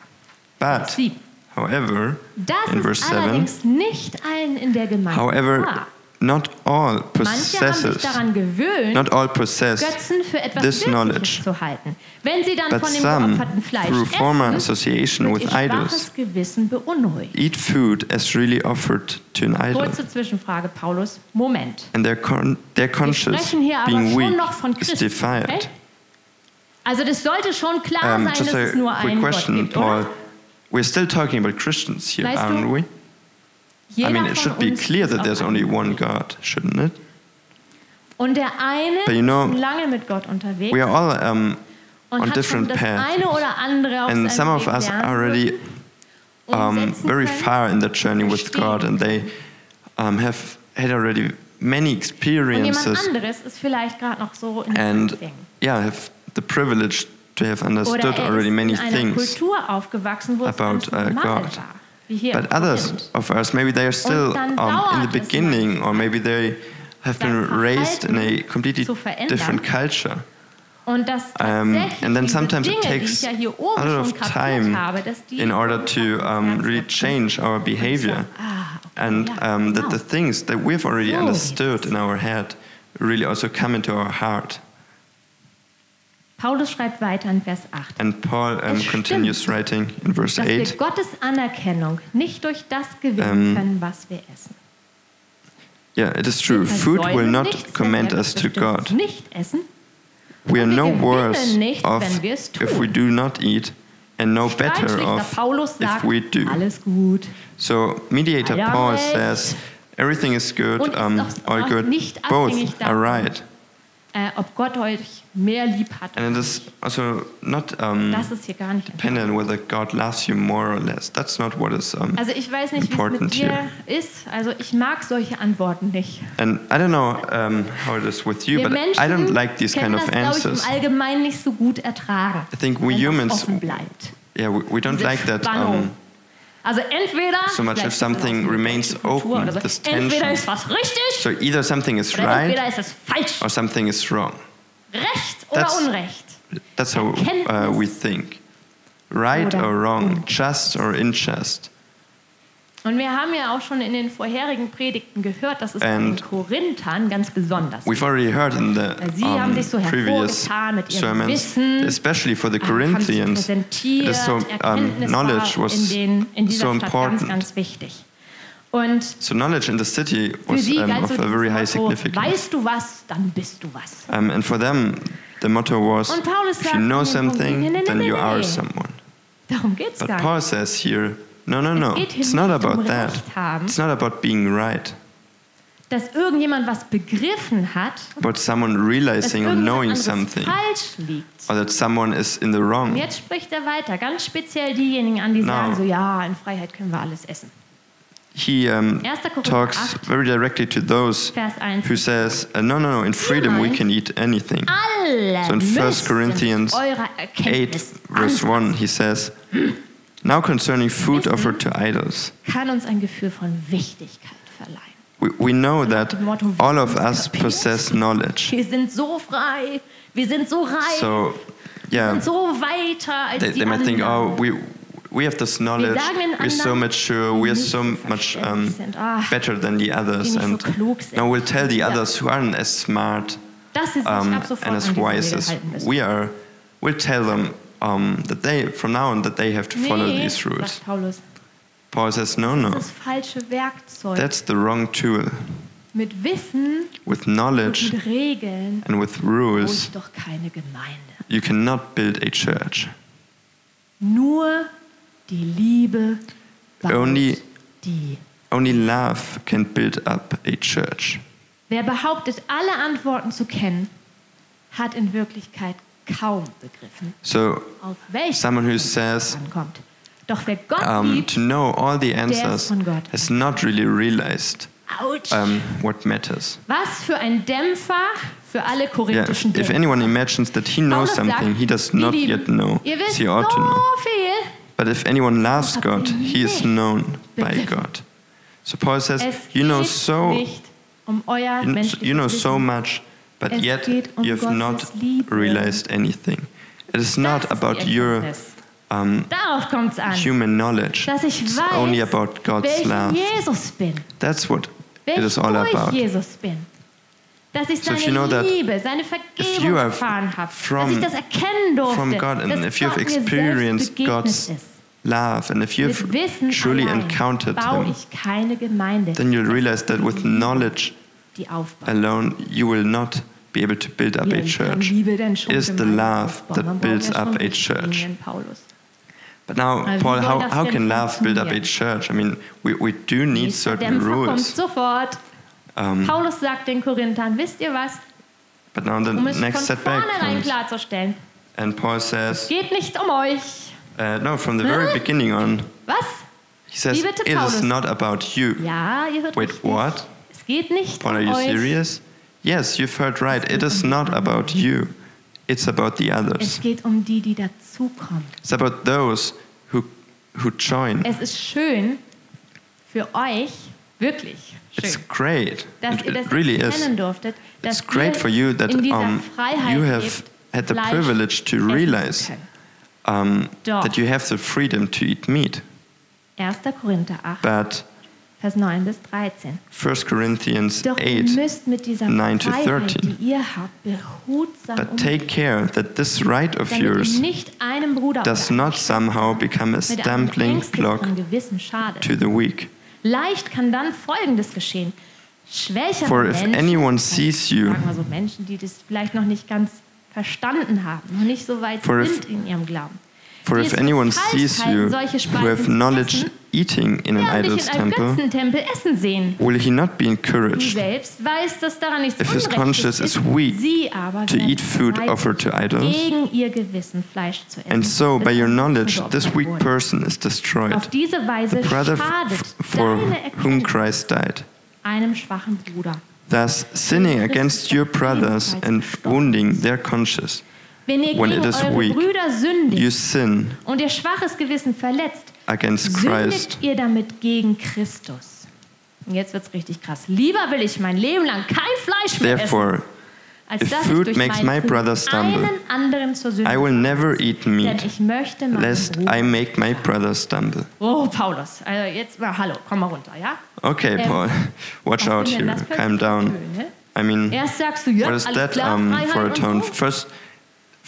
S3: But,
S4: sieben.
S3: however,
S4: Ah. das
S3: in verse
S4: ist
S3: 7,
S4: allerdings nicht allen in der Gemeinde
S3: however,
S4: klar.
S3: not all
S4: Manche haben sich
S3: possesses,
S4: daran gewöhnt,
S3: not all possess
S4: Götzen für etwas
S3: this
S4: Wirkliches
S3: knowledge.
S4: zu halten. Wenn sie dann
S3: But
S4: von dem
S3: some,
S4: geopferten Fleisch
S3: through former
S4: essen,
S3: association
S4: wird
S3: with
S4: ihr
S3: idols,
S4: schwaches Gewissen beunruhigt.
S3: eat food as really offered to an idol,
S4: Kurze Zwischenfrage, Paulus. Moment.
S3: and their, con- their
S4: Wir
S3: conscience,
S4: sprechen hier aber
S3: being
S4: schon
S3: weak,
S4: noch von
S3: is
S4: Christus. Okay?
S3: defiled.
S4: Also das sollte schon klar
S3: Um,
S4: sein,
S3: just
S4: dass es nur
S3: a quick
S4: einen Gott
S3: question,
S4: gibt, oder?
S3: Paul. We're still talking about Christians here,
S4: Weißt du,
S3: aren't we? I
S4: Jeder
S3: mean, it
S4: von
S3: should be
S4: uns
S3: clear
S4: ist
S3: that
S4: auf
S3: there's
S4: einen
S3: only
S4: Gott.
S3: one God, shouldn't it?
S4: Und der eine
S3: But you know,
S4: ist lange mit Gott unterwegs
S3: We are all um,
S4: und
S3: on
S4: hat schon
S3: different
S4: das
S3: paths.
S4: eine oder andere auf
S3: And some
S4: seinem
S3: of
S4: Weg
S3: us
S4: lernen
S3: are already
S4: dürfen und
S3: um,
S4: setzen
S3: very
S4: können.
S3: far in the journey with
S4: verstehen.
S3: God, and they um, have had already many
S4: Und jemand
S3: experiences
S4: anderes ist vielleicht gerade noch so in den
S3: and
S4: Anfängen.
S3: yeah, have the privilege to have
S4: Oder
S3: understood
S4: er ist
S3: already many
S4: in einer
S3: things.
S4: Kultur aufgewachsen, wo es
S3: about,
S4: ganz
S3: uh,
S4: normal
S3: God.
S4: war. Wie hier
S3: But
S4: im
S3: others
S4: Orient.
S3: of us, maybe they are still um,
S4: dann
S3: in
S4: dauert
S3: the
S4: es
S3: beginning, or maybe they have been
S4: Sein
S3: raised in a
S4: Verhalten
S3: completely
S4: zu verändern.
S3: different culture.
S4: Und dass
S3: Um,
S4: tatsächlich
S3: and then
S4: diese
S3: sometimes
S4: Dinge,
S3: it
S4: die ich
S3: takes
S4: ja
S3: a
S4: hier oben
S3: lot
S4: schon
S3: of
S4: kapiert
S3: time
S4: habe, dass die
S3: in order to um, really change our behavior.
S4: Ah, okay,
S3: And
S4: ja,
S3: um, that
S4: genau.
S3: the
S4: Oh,
S3: things that we've already
S4: So
S3: understood
S4: jetzt.
S3: in our head really also come into our heart.
S4: Paulus schreibt weiter in Vers 8.
S3: And Paul um,
S4: Es stimmt,
S3: continues writing in verse
S4: dass wir
S3: 8
S4: Gottes Anerkennung nicht durch das
S3: Ähm,
S4: gewinnen können, was wir essen.
S3: Yeah, it is true.
S4: Wir
S3: Food will
S4: versäumen
S3: not
S4: nichts,
S3: commend
S4: wenn wir
S3: us to
S4: bestimmtes
S3: God.
S4: Nicht essen,
S3: We are
S4: Und wir
S3: no
S4: gewinnen
S3: worse
S4: nichts,
S3: off
S4: wenn wir es tun.
S3: if we do not eat, and no better
S4: Streitschlichter
S3: off
S4: Paulus
S3: if
S4: sagt,
S3: we do.
S4: alles gut.
S3: So, mediator
S4: Alle haben
S3: Paul
S4: recht.
S3: says, everything is good,
S4: Ah Und ist
S3: um,
S4: auch-
S3: all
S4: auch
S3: good,
S4: nicht abhängig
S3: both are
S4: davon.
S3: right.
S4: Äh, ob Gott euch mehr lieb hat.
S3: And it is also not um,
S4: Das ist hier gar nicht
S3: dependent whether God loves you more or less. That's not what is. Um,
S4: Also ich weiß nicht, wie es
S3: Important
S4: mit dir
S3: here.
S4: ist. Also ich mag solche Antworten nicht.
S3: and I don't know um, how it is with you,
S4: Wir
S3: but
S4: Menschen
S3: I don't like these kind
S4: können
S3: of
S4: das, glaube ich,
S3: answers.
S4: im Allgemeinen nicht so gut ertragen.
S3: I think we
S4: wenn das
S3: humans-
S4: offen bleibt.
S3: Yeah, we, we don't
S4: Diese
S3: like that.
S4: Spannung.
S3: Um,
S4: also entweder
S3: so much
S4: vielleicht
S3: if something
S4: ist das auch
S3: remains
S4: eine Kultur
S3: open,
S4: oder so.
S3: this
S4: Entweder
S3: tension.
S4: ist was richtig
S3: so either something is
S4: oder entweder
S3: right
S4: ist es falsch.
S3: or something is wrong.
S4: Recht oder
S3: That's-
S4: Unrecht.
S3: That's how uh,
S4: Erkenntnis
S3: we think. Right
S4: oder
S3: or wrong,
S4: Unrecht.
S3: just or unjust.
S4: Und wir haben ja auch schon in den vorherigen Predigten gehört, dass es bei den
S3: And
S4: Korinthern ganz besonders
S3: We've already heard in the
S4: Weil sie haben
S3: um,
S4: sich so
S3: previous
S4: hervorgetan mit ihrem
S3: sermons,
S4: Wissen,
S3: especially for the
S4: haben sich
S3: Corinthians, it
S4: präsentiert,
S3: is so, um,
S4: Erkenntnis
S3: knowledge
S4: war in,
S3: was
S4: den, in dieser
S3: so
S4: Stadt ganz,
S3: important.
S4: ganz wichtig. Und
S3: So knowledge in the city
S4: für
S3: was
S4: sie
S3: um,
S4: galt
S3: of
S4: so
S3: a very high
S4: dieses Motto,
S3: significance.
S4: weißt du was, dann bist du was.
S3: Um, and for them, the motto was,
S4: Und Paulus
S3: if
S4: sagt
S3: you know
S4: in dem Punkt, nee,
S3: something,
S4: nee, nee,
S3: then
S4: nee,
S3: you
S4: nee,
S3: are
S4: nee.
S3: someone.
S4: Darum geht's
S3: But
S4: gar
S3: Paul says here, no, no, no,
S4: geht hier
S3: it's not
S4: nicht um
S3: about that.
S4: Recht haben.
S3: It's not about being right.
S4: nicht. Dass irgendjemand was begriffen hat,
S3: About someone
S4: dass
S3: realizing or
S4: irgendjemand
S3: knowing
S4: anderes
S3: something,
S4: falsch liegt.
S3: or that someone is in the
S4: Und
S3: wrong.
S4: jetzt spricht er weiter, ganz speziell diejenigen an, die
S3: Now.
S4: sagen so, ja, in Freiheit können wir alles essen.
S3: he um,
S4: 1. Korinther
S3: talks
S4: 8,
S3: very directly to those
S4: Vers 1.
S3: who says, uh, no, no, no, in freedom we can eat anything.
S4: Alle
S3: So in 1
S4: müssen
S3: Corinthians
S4: eurer
S3: 8,
S4: Erkenntnis
S3: verse 1, he says, Now concerning food
S4: Wissen.
S3: offered to idols,
S4: kann uns ein Gefühl von Wichtigkeit verleihen.
S3: we, we know that
S4: dem Motto, wir
S3: all of
S4: sind
S3: us
S4: kapiert.
S3: possess knowledge.
S4: Wir sind so frei, wir sind so reich,
S3: So,
S4: wir
S3: yeah,
S4: sind so weiter als
S3: they,
S4: die
S3: they might
S4: anderen.
S3: think, oh, we, we have this knowledge,
S4: sagen den
S3: we're so
S4: anderen,
S3: mature,
S4: die
S3: we're
S4: nicht
S3: oh, so
S4: so
S3: much
S4: verständlich
S3: um,
S4: sind. Ah,
S3: better than the others.
S4: nicht so
S3: And
S4: klug sind.
S3: now we'll tell the
S4: Ja.
S3: others who aren't as smart
S4: das ist
S3: um,
S4: ab sofort
S3: and as
S4: an diese
S3: wise
S4: Regel
S3: as
S4: halten müssen.
S3: we are, we'll tell them um, that they, from now on, that they have to follow
S4: nee,
S3: these rules.
S4: sagt Paulus,
S3: Paul says, no, no.
S4: das ist das falsche Werkzeug.
S3: That's the wrong tool.
S4: Mit Wissen
S3: With
S4: und
S3: knowledge
S4: mit Regeln
S3: and with
S4: baue
S3: rules,
S4: ich doch keine Gemeinde.
S3: you cannot build a church.
S4: Nur die Liebe baut
S3: Only-
S4: die.
S3: Only love can build up a church.
S4: Wer behauptet, alle Antworten zu kennen, hat in Wirklichkeit kaum begriffen,
S3: So,
S4: auf welche
S3: someone who
S4: Antwort es
S3: says,
S4: ankommt. Doch wer Gott
S3: um,
S4: liebt,
S3: to know all the
S4: ist
S3: answers
S4: von Gott.
S3: has not really realized
S4: ouch,
S3: um, what matters.
S4: was für ein Dämpfer für alle
S3: Yeah,
S4: korinthischen
S3: if, if
S4: Dämpfer.
S3: anyone imagines that he knows
S4: Paulus sagt,
S3: something he does
S4: "Ihr
S3: not
S4: Lieben,
S3: yet know,
S4: Ihr wisst
S3: he ought
S4: so
S3: to know.
S4: viel.
S3: But if anyone loves
S4: habt
S3: God,
S4: ihr
S3: he is
S4: nicht
S3: known by
S4: begriffen.
S3: God. So Paul says,
S4: Es
S3: you know
S4: geht
S3: so
S4: nicht um euer
S3: You know,
S4: menschliches
S3: you know
S4: Wissen.
S3: so much, but
S4: Es
S3: yet
S4: geht um
S3: you have
S4: Gottes
S3: not
S4: Liebe.
S3: realized anything. It is
S4: Das
S3: not
S4: ist die
S3: about your
S4: Erkenntnis.
S3: um,
S4: Darauf kommt es an,
S3: human knowledge.
S4: dass ich
S3: It's
S4: weiß,
S3: only about
S4: wer
S3: God's
S4: ich in
S3: love.
S4: Jesus bin.
S3: That's what
S4: wer
S3: it
S4: ich
S3: is all
S4: durch
S3: about.
S4: Jesus bin. Dass ich
S3: So
S4: seine
S3: if you know that-
S4: Liebe, seine
S3: if you
S4: Vergebung
S3: have
S4: erfahren habe. Dass
S3: from-
S4: ich das erkennen durfte.
S3: From God, and
S4: dass
S3: if you have
S4: Gott mir selbst
S3: experienced
S4: begegnet
S3: God's
S4: ist.
S3: love, and if
S4: Mit Wissen
S3: you've truly
S4: allein
S3: encountered
S4: baue
S3: Him,
S4: ich keine Gemeinde,
S3: then you'll realize that with knowledge
S4: die aufbaut.
S3: alone, you will not be able to build up
S4: Wie
S3: a
S4: kann
S3: church.
S4: Liebe denn schon
S3: It is the
S4: Gemeinde
S3: love
S4: aufbauen? Man
S3: that
S4: braucht
S3: builds
S4: ja schon
S3: up a church.
S4: Richtlinien, Paulus.
S3: But now,
S4: Also, wie
S3: Paul,
S4: soll
S3: how,
S4: das
S3: how
S4: denn
S3: can love build up a
S4: funktionieren?
S3: church? I mean, we, we do need
S4: Nächster
S3: certain
S4: Dämpfer kommt
S3: rules.
S4: sofort.
S3: Um,
S4: Paulus sagt den Korinthern, wisst ihr was?
S3: but now the
S4: Um es
S3: next
S4: von
S3: setback
S4: vornherein
S3: comes.
S4: klarzustellen.
S3: And Paul says,
S4: Geht nicht um euch.
S3: uh, no, from the very
S4: Huh?
S3: beginning on,
S4: Was?
S3: he says,
S4: Wie bitte,
S3: it is
S4: Paulus?
S3: not about you.
S4: Ja, ihr hört
S3: Wait,
S4: richtig.
S3: what?
S4: Es geht nicht
S3: Paul, are
S4: um
S3: you
S4: euch.
S3: serious? Yes, you've heard right. It is not about you. It's about the
S4: Es
S3: others.
S4: geht um die, die dazukommen.
S3: It's about those who, who join.
S4: Es ist schön für euch, wirklich schön,
S3: It's great.
S4: dass
S3: It,
S4: ihr das
S3: it really is.
S4: erkennen durftet, dass
S3: It's great
S4: ihr
S3: for you that
S4: in dieser
S3: um,
S4: Freiheit
S3: you
S4: lebt,
S3: have had the
S4: Fleisch
S3: privilege to
S4: essen zu
S3: realize
S4: können.
S3: um,
S4: Doch.
S3: that you have the freedom to eat meat.
S4: 1. Korinther 8,
S3: But
S4: Vers 9 bis 13.
S3: 1 Corinthians
S4: Doch ihr
S3: 8,
S4: müsst mit dieser
S3: 9 to
S4: Freiheit,
S3: 13.
S4: die ihr habt, behutsam
S3: but
S4: umgehen,
S3: take care that this right of
S4: damit ihr
S3: yours
S4: nicht einem Bruder
S3: does
S4: oder
S3: not somehow become a
S4: mit einem
S3: stumbling
S4: ängstlichen
S3: block
S4: Gewissen schadet.
S3: to the weak.
S4: Leicht kann dann Folgendes geschehen. Schwächere
S3: For if
S4: Menschen, also
S3: anyone sees you,
S4: sagen wir so Menschen, die das vielleicht noch nicht ganz verstanden haben, noch nicht so weit
S3: For if-
S4: sind in ihrem Glauben.
S3: for
S4: die
S3: if
S4: es
S3: anyone
S4: falsch
S3: sees
S4: halten,
S3: you
S4: solche
S3: who
S4: Speisen
S3: have
S4: zu
S3: knowledge
S4: essen,
S3: eating in an
S4: werden dich
S3: idol's
S4: in einem
S3: temple,
S4: Götzentempel essen sehen.
S3: will he not be
S4: Du
S3: encouraged
S4: selbst weißt, dass daran nichts
S3: If his
S4: Unrechtes
S3: conscience
S4: ist,
S3: is weak
S4: sie aber
S3: to
S4: werden
S3: eat food
S4: bereit,
S3: offered to idols?
S4: gegen ihr Gewissen Fleisch zu essen.
S3: And so, by
S4: das
S3: your
S4: ihnen
S3: knowledge,
S4: verdorben
S3: this weak
S4: wurde.
S3: person is destroyed,
S4: Auf diese Weise
S3: the brother f-
S4: schadet
S3: f- for
S4: deine
S3: whom
S4: Erkenntnis
S3: Christ died.
S4: einem schwachen Bruder.
S3: Thus, sinning against your brothers and wounding their conscience,
S4: Wenn ihr
S3: When
S4: gegen
S3: it is
S4: eure
S3: weak,
S4: Brüder sündigt
S3: you sin
S4: und ihr schwaches Gewissen verletzt,
S3: against Christ.
S4: sündigt ihr damit gegen Christus. Und jetzt wird's richtig krass. Lieber will ich mein Leben lang kein Fleisch mehr
S3: Therefore,
S4: essen, als
S3: if
S4: dass ich
S3: food
S4: durch
S3: makes my
S4: mein Tun
S3: brother stumble,
S4: einen anderen zur Sünde
S3: I will never eat
S4: Denn
S3: meat,
S4: ich möchte meinen
S3: lest
S4: Bruder.
S3: I make my brother stumble.
S4: Oh, Paulus, also jetzt mal hallo, komm mal runter, ja?
S3: Okay,
S4: Ähm,
S3: Paul, watch
S4: was
S3: out
S4: sind denn
S3: here,
S4: das für
S3: calm down.
S4: Töne?
S3: I mean,
S4: Erst sagst du, ja,
S3: what is
S4: alles
S3: that
S4: klar,
S3: um,
S4: Freiheit
S3: for a
S4: und
S3: tone?
S4: so.
S3: First,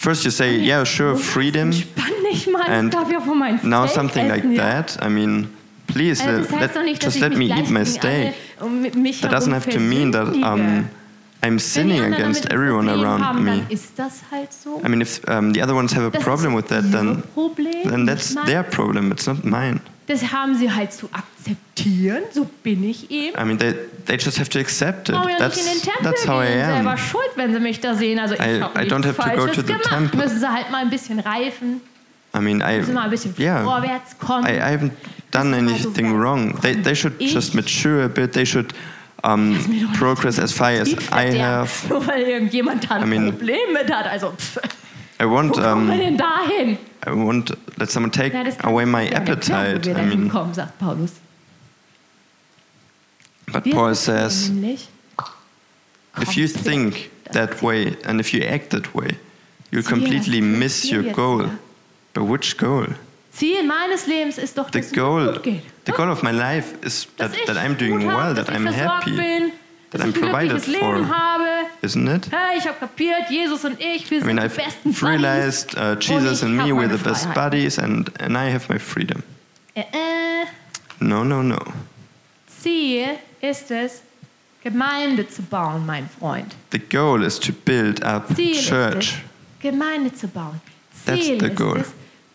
S3: first you say, yeah, sure, freedom.
S4: Entspann dich mal, ich
S3: And
S4: darf ja von meinem
S3: Now
S4: Steak
S3: something like
S4: essen, ja.
S3: that. I mean, please
S4: Also
S3: let,
S4: das heißt
S3: let-
S4: doch nicht,
S3: just
S4: dass ich
S3: let
S4: mich
S3: me
S4: gleich
S3: eat my
S4: gegen alle
S3: steak.
S4: um mich
S3: That doesn't
S4: herum
S3: have to mean that
S4: versündige.
S3: um, I'm
S4: Wenn die
S3: sinning
S4: anderen
S3: against
S4: damit ein
S3: everyone
S4: Problem
S3: around
S4: haben,
S3: me.
S4: Dann ist das halt so.
S3: I mean, if um, the other ones have a
S4: Das
S3: problem
S4: ist
S3: with that,
S4: ihr
S3: then
S4: Problem,
S3: then that's
S4: nicht
S3: their
S4: mein.
S3: problem. It's not mine.
S4: Das haben sie halt zu akzeptieren, so bin ich eben.
S3: I mean, they they just have to accept it.
S4: Brauche ja nicht in den
S3: Äh, That's
S4: Tempel
S3: that's how I
S4: gehen, selber
S3: am.
S4: schuld, wenn sie mich da sehen. Also ich
S3: I-
S4: hab
S3: I
S4: nichts
S3: don't have to go
S4: Falsches
S3: to the
S4: gemacht.
S3: temple.
S4: Müssen sie halt mal ein bisschen reifen.
S3: I mean, I,
S4: Müssen wir ein bisschen
S3: yeah,
S4: vorwärts kommen.
S3: I, I haven't done
S4: Müssen wir also
S3: anything wrong. They, they should
S4: Ich-
S3: just mature a bit. They should um,
S4: mir doch nicht
S3: progress as far as
S4: Die
S3: I
S4: verderben,
S3: have.
S4: Nur weil irgendjemand da ein
S3: I mean-
S4: Problem mit hat. Also, pff,
S3: I
S4: wo
S3: want,
S4: kommen wir
S3: um,
S4: denn da hin?
S3: I want, let someone take
S4: Na, das kann
S3: away
S4: ich
S3: my
S4: nicht erklären,
S3: appetite.
S4: Wo wir
S3: I
S4: da
S3: mean,
S4: hinkommen, sagt Paulus.
S3: but
S4: Wir
S3: Paul
S4: sind
S3: says,
S4: nämlich
S3: if you
S4: komplett
S3: think
S4: das
S3: that
S4: Ziel.
S3: way and if you act that way, you
S4: Ziel,
S3: completely
S4: das Ziel,
S3: miss
S4: Ziel
S3: your
S4: jetzt
S3: goal.
S4: wieder.
S3: But which goal?
S4: Ziel meines Lebens ist doch,
S3: The
S4: dass es mir
S3: goal,
S4: gut geht.
S3: the goal of my life is
S4: Dass
S3: that,
S4: ich
S3: that I'm
S4: gut
S3: doing
S4: hab,
S3: well,
S4: dass
S3: that
S4: ich
S3: I'm
S4: versorgt
S3: happy,
S4: Bin,
S3: that
S4: dass
S3: I'm
S4: ich ein glückliches
S3: provided for.
S4: Leben habe.
S3: isn't it?
S4: Hey, ich habe kapiert, Jesus und ich, wir
S3: I mean,
S4: sind die
S3: I've
S4: besten Buddies.
S3: realized uh, Jesus
S4: ich
S3: and
S4: hab
S3: me were
S4: meine
S3: the best
S4: Freiheit.
S3: buddies, and, and I have my freedom.
S4: Äh, äh,
S3: No, no, no.
S4: Ziel ist es, Gemeinde zu bauen, mein Freund.
S3: The goal is to build up
S4: Ziel ist
S3: church.
S4: es, Gemeinde zu bauen.
S3: That's
S4: Ziel
S3: the
S4: ist
S3: goal.
S4: es,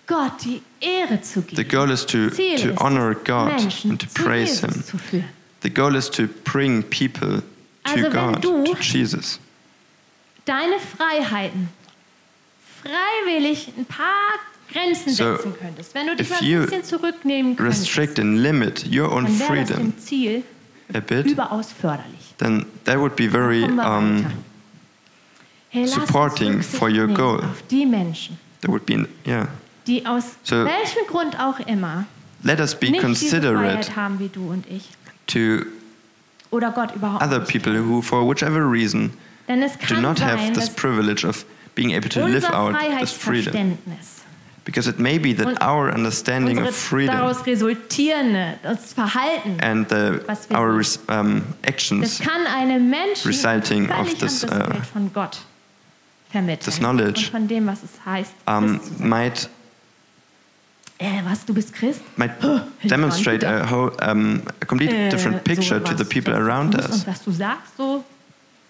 S4: Gott die Ehre zu
S3: The
S4: geben.
S3: goal is to,
S4: Ziel
S3: to
S4: ist
S3: honor
S4: es,
S3: God
S4: Menschen
S3: and to
S4: zu
S3: praise
S4: Jesus
S3: Him.
S4: zu führen.
S3: The goal is to bring people
S4: Also
S3: to
S4: wenn
S3: God,
S4: du-
S3: to Jesus.
S4: Deine Freiheiten freiwillig ein paar Grenzen
S3: So,
S4: setzen könntest. Wenn du dich
S3: if
S4: mal
S3: you
S4: ein bisschen zurücknehmen könntest,
S3: Restrict and limit your own
S4: dann wäre das
S3: freedom
S4: dem Ziel
S3: a bit,
S4: überaus förderlich.
S3: then that would be very,
S4: Kommen wir weiter.
S3: um,
S4: Hey, lass uns
S3: supporting
S4: Rücksicht
S3: for your
S4: nehmen
S3: goal.
S4: Auf die Menschen,
S3: that would be, yeah.
S4: die aus
S3: So,
S4: welchem Grund auch immer
S3: Let us be
S4: nicht diese
S3: considerate
S4: Freiheit haben wie du und ich
S3: to
S4: oder Gott überhaupt
S3: other
S4: nicht.
S3: people who, for whichever reason,
S4: Denn es
S3: do
S4: kann
S3: not
S4: sein,
S3: have this
S4: dass
S3: privilege of being able to live
S4: unser
S3: out this freedom.
S4: Freiheitsverständnis
S3: Because it may be
S4: Und
S3: that our understanding of
S4: unsere
S3: freedom
S4: daraus resultierende das Verhalten,
S3: and the,
S4: was wir
S3: our
S4: tun.
S3: res- um,
S4: das
S3: actions,
S4: kann einem Menschen
S3: Reciting of
S4: völlig
S3: this,
S4: anderes
S3: äh,
S4: Bild von Gott vermitteln.
S3: this knowledge.
S4: Und von dem, was es heißt.
S3: um,
S4: Christ zu sein.
S3: might
S4: äh, was, du bist Christ?
S3: might
S4: ich
S3: demonstrate
S4: dran
S3: a whole um, a completely
S4: Äh,
S3: different picture
S4: so,
S3: to
S4: was
S3: the
S4: du
S3: people
S4: da
S3: around
S4: tust
S3: us.
S4: Und was du sagst, so,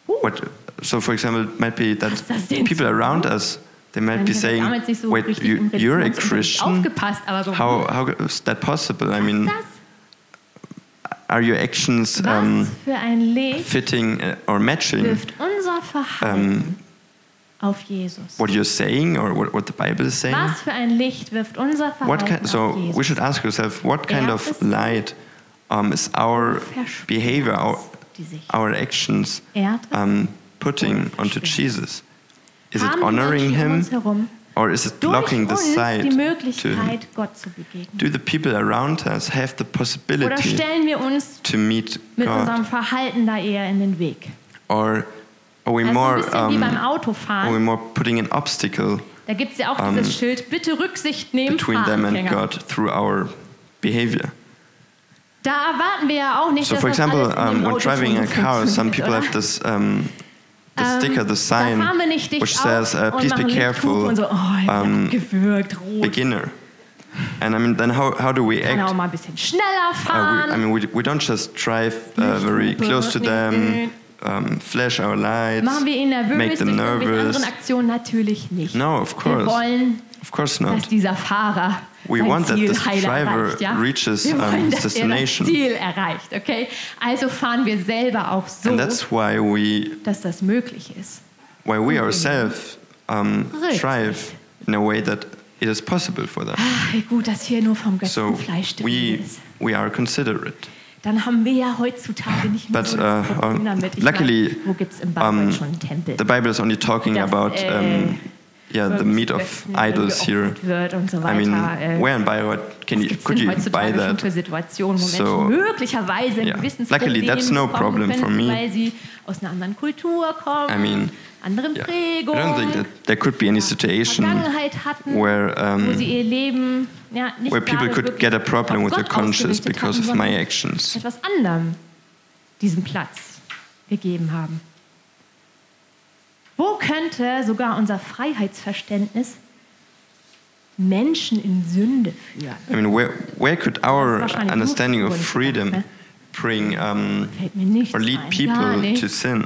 S3: What, so, for example, it might be
S4: Was das
S3: that
S4: denn
S3: people
S4: so?
S3: around us they might be
S4: Manche haben
S3: saying,
S4: damals nicht so
S3: "Wait,
S4: richtig
S3: you,
S4: im
S3: you're a
S4: Religionsunterricht
S3: Christian?
S4: Aufgepasst, aber so,
S3: How how is that possible? I mean,
S4: was,
S3: are your actions
S4: das,
S3: um,
S4: was für ein Licht
S3: fitting uh, or matching
S4: wirft unser Verhalten
S3: um,
S4: auf Jesus?
S3: what you're saying or what, what the Bible is saying?"
S4: Was für ein Licht wirft unser
S3: What
S4: Verhalten
S3: kind, so
S4: auf Jesus?
S3: we should ask ourselves what kind of
S4: Erstes-
S3: light um, is our
S4: Verspürt
S3: behavior, our,
S4: die Er sich
S3: our actions
S4: ehrt?
S3: um, putting
S4: Oder
S3: onto
S4: verspürt?
S3: Jesus? Is it
S4: Haben die
S3: honoring
S4: Menschen um
S3: him
S4: uns herum
S3: or is it
S4: durch
S3: blocking the
S4: uns die
S3: sight to him?
S4: Möglichkeit, Gott zu begegnen?
S3: Do the people around us have the
S4: Oder
S3: possibility
S4: stellen wir uns
S3: to meet
S4: mit unserem
S3: God?
S4: Verhalten da eher in den Weg?
S3: Or are we,
S4: Also ein
S3: more,
S4: bisschen wie beim
S3: um, are we
S4: Autofahren.
S3: more putting an obstacle
S4: Da gibt es ja auch
S3: um,
S4: dieses Schild, bitte Rücksicht nehmen,
S3: between them and
S4: Fahranfänger.
S3: God through our behavior?
S4: Da erwarten wir ja auch nicht,
S3: So,
S4: dass
S3: for
S4: das
S3: example,
S4: alles in dem
S3: um, when
S4: Auto schon
S3: driving
S4: so
S3: a car, some
S4: funktioniert,
S3: people
S4: oder?
S3: have this um, the
S4: Ähm,
S3: sticker, the
S4: da fahren wir
S3: sign,
S4: nicht dicht
S3: which
S4: auf
S3: says, uh,
S4: und
S3: "Please be
S4: machen Lichthupe
S3: careful,
S4: Und so, oh, ich
S3: ähm,
S4: hab gewürgt, rot.
S3: beginner." And I mean, then how, how do we
S4: Kann auch
S3: act?
S4: mal ein bisschen schneller
S3: Uh,
S4: fahren.
S3: we, I mean, we, we don't just drive uh, very
S4: Lichthupe,
S3: close to
S4: nee, nee.
S3: them, um, flash our
S4: Machen
S3: lights,
S4: wir ihn
S3: make
S4: nervös
S3: them
S4: durch irgendwelche
S3: nervous.
S4: anderen Aktionen? Natürlich nicht.
S3: No, of
S4: Wir
S3: course,
S4: wollen,
S3: of course
S4: dass
S3: not.
S4: dieser Fahrer
S3: We
S4: sein
S3: want that
S4: Ziel
S3: this
S4: heil
S3: driver
S4: erreicht, ja?
S3: reaches,
S4: wir
S3: um,
S4: wollen,
S3: his
S4: dass
S3: destination.
S4: Er das Ziel erreicht, okay? Also fahren wir selber auch so,
S3: And that's why we
S4: dass das möglich ist.
S3: why we ourselves um,
S4: Richtig.
S3: strive in a way that it is possible for them.
S4: Ach, wie Ah, gut, dass hier nur vom
S3: So
S4: Götzenfleisch drin
S3: we
S4: ist.
S3: we are considerate.
S4: Dann haben wir ja heutzutage nicht mehr
S3: But,
S4: so das
S3: uh,
S4: Problem
S3: uh,
S4: damit. Ich
S3: luckily,
S4: meine, wo gibt's in Bayreuth
S3: um,
S4: schon einen Tempel?
S3: The Bible is only talking
S4: Das,
S3: about
S4: äh,
S3: um, yeah the meat of
S4: Götzen
S3: idols here.
S4: geopfert Wird und so weiter.
S3: I mean,
S4: äh,
S3: where in Bayreuth can
S4: Was
S3: you
S4: gibt's
S3: could
S4: denn
S3: you buy
S4: heutzutage schon für
S3: that?
S4: Situationen, wo
S3: So,
S4: Menschen möglicherweise ein
S3: yeah.
S4: gewisses
S3: Luckily, that's no problem
S4: bekommen
S3: for
S4: können,
S3: me.
S4: weil sie aus einer anderen Kultur kommen,
S3: I mean,
S4: anderen
S3: Yeah. I
S4: Prägung,
S3: don't think that there could be any situation
S4: Vergangenheit hatten,
S3: where
S4: wo
S3: um,
S4: sie ihr Leben ja, nicht
S3: where people
S4: gerade
S3: could
S4: wirklich
S3: get a problem
S4: auf
S3: with their
S4: Gott
S3: conscience
S4: ausgerichtet
S3: because
S4: hatten,
S3: of my
S4: sondern
S3: actions.
S4: etwas anderem diesen Platz gegeben haben. Wo könnte sogar unser Freiheitsverständnis Menschen in Sünde führen?
S3: I mean, where where could our
S4: Das ist wahrscheinlich
S3: understanding of
S4: Blutsgrund,
S3: freedom
S4: ne?
S3: bring um,
S4: Fällt mir nichts
S3: or lead
S4: ein. Gar
S3: people to
S4: nicht.
S3: sin?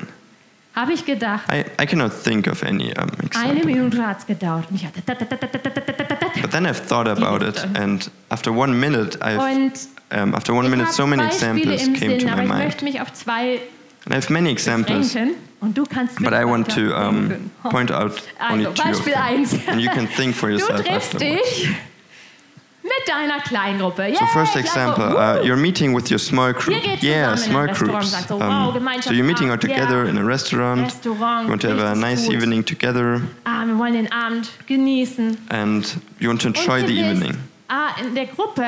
S4: Habe ich gedacht.
S3: I, I cannot think of any um,
S4: Eine
S3: example.
S4: Minute hat es gedauert. Und ich hatte tatatatatatatatatatat.
S3: But then I've thought about it, and after one minute, I've
S4: Und
S3: um, after one
S4: ich
S3: minute,
S4: habe
S3: so many
S4: Beispiele
S3: examples
S4: im
S3: came to
S4: Sinn,
S3: my
S4: aber ich
S3: mind.
S4: möchte mich auf zwei
S3: And I have many examples.
S4: beschränken. Und du kannst Oh.
S3: But I
S4: wirklich
S3: want to
S4: weiterdenken.
S3: um, point out only
S4: Also,
S3: two of
S4: Beispiel
S3: them.
S4: 1.
S3: And you can think for
S4: Du
S3: yourself
S4: triffst
S3: afterwards.
S4: dich mit deiner Kleingruppe. Yay,
S3: So first
S4: Kleingruppe.
S3: example, uh, you're meeting with your small group.
S4: geht
S3: Yeah,
S4: zusammen in
S3: small
S4: ein Restaurant,
S3: groups. Um,
S4: sagt so, wow,
S3: so you're meeting all
S4: Gemeinschaft,
S3: together
S4: ja.
S3: in a restaurant.
S4: Restaurant,
S3: You want to have a
S4: richtig
S3: nice
S4: gut.
S3: evening together,
S4: ah, wir wollen den Abend genießen.
S3: and you want to
S4: Und
S3: enjoy
S4: du
S3: the
S4: bist-
S3: evening.
S4: Ah, in der Gruppe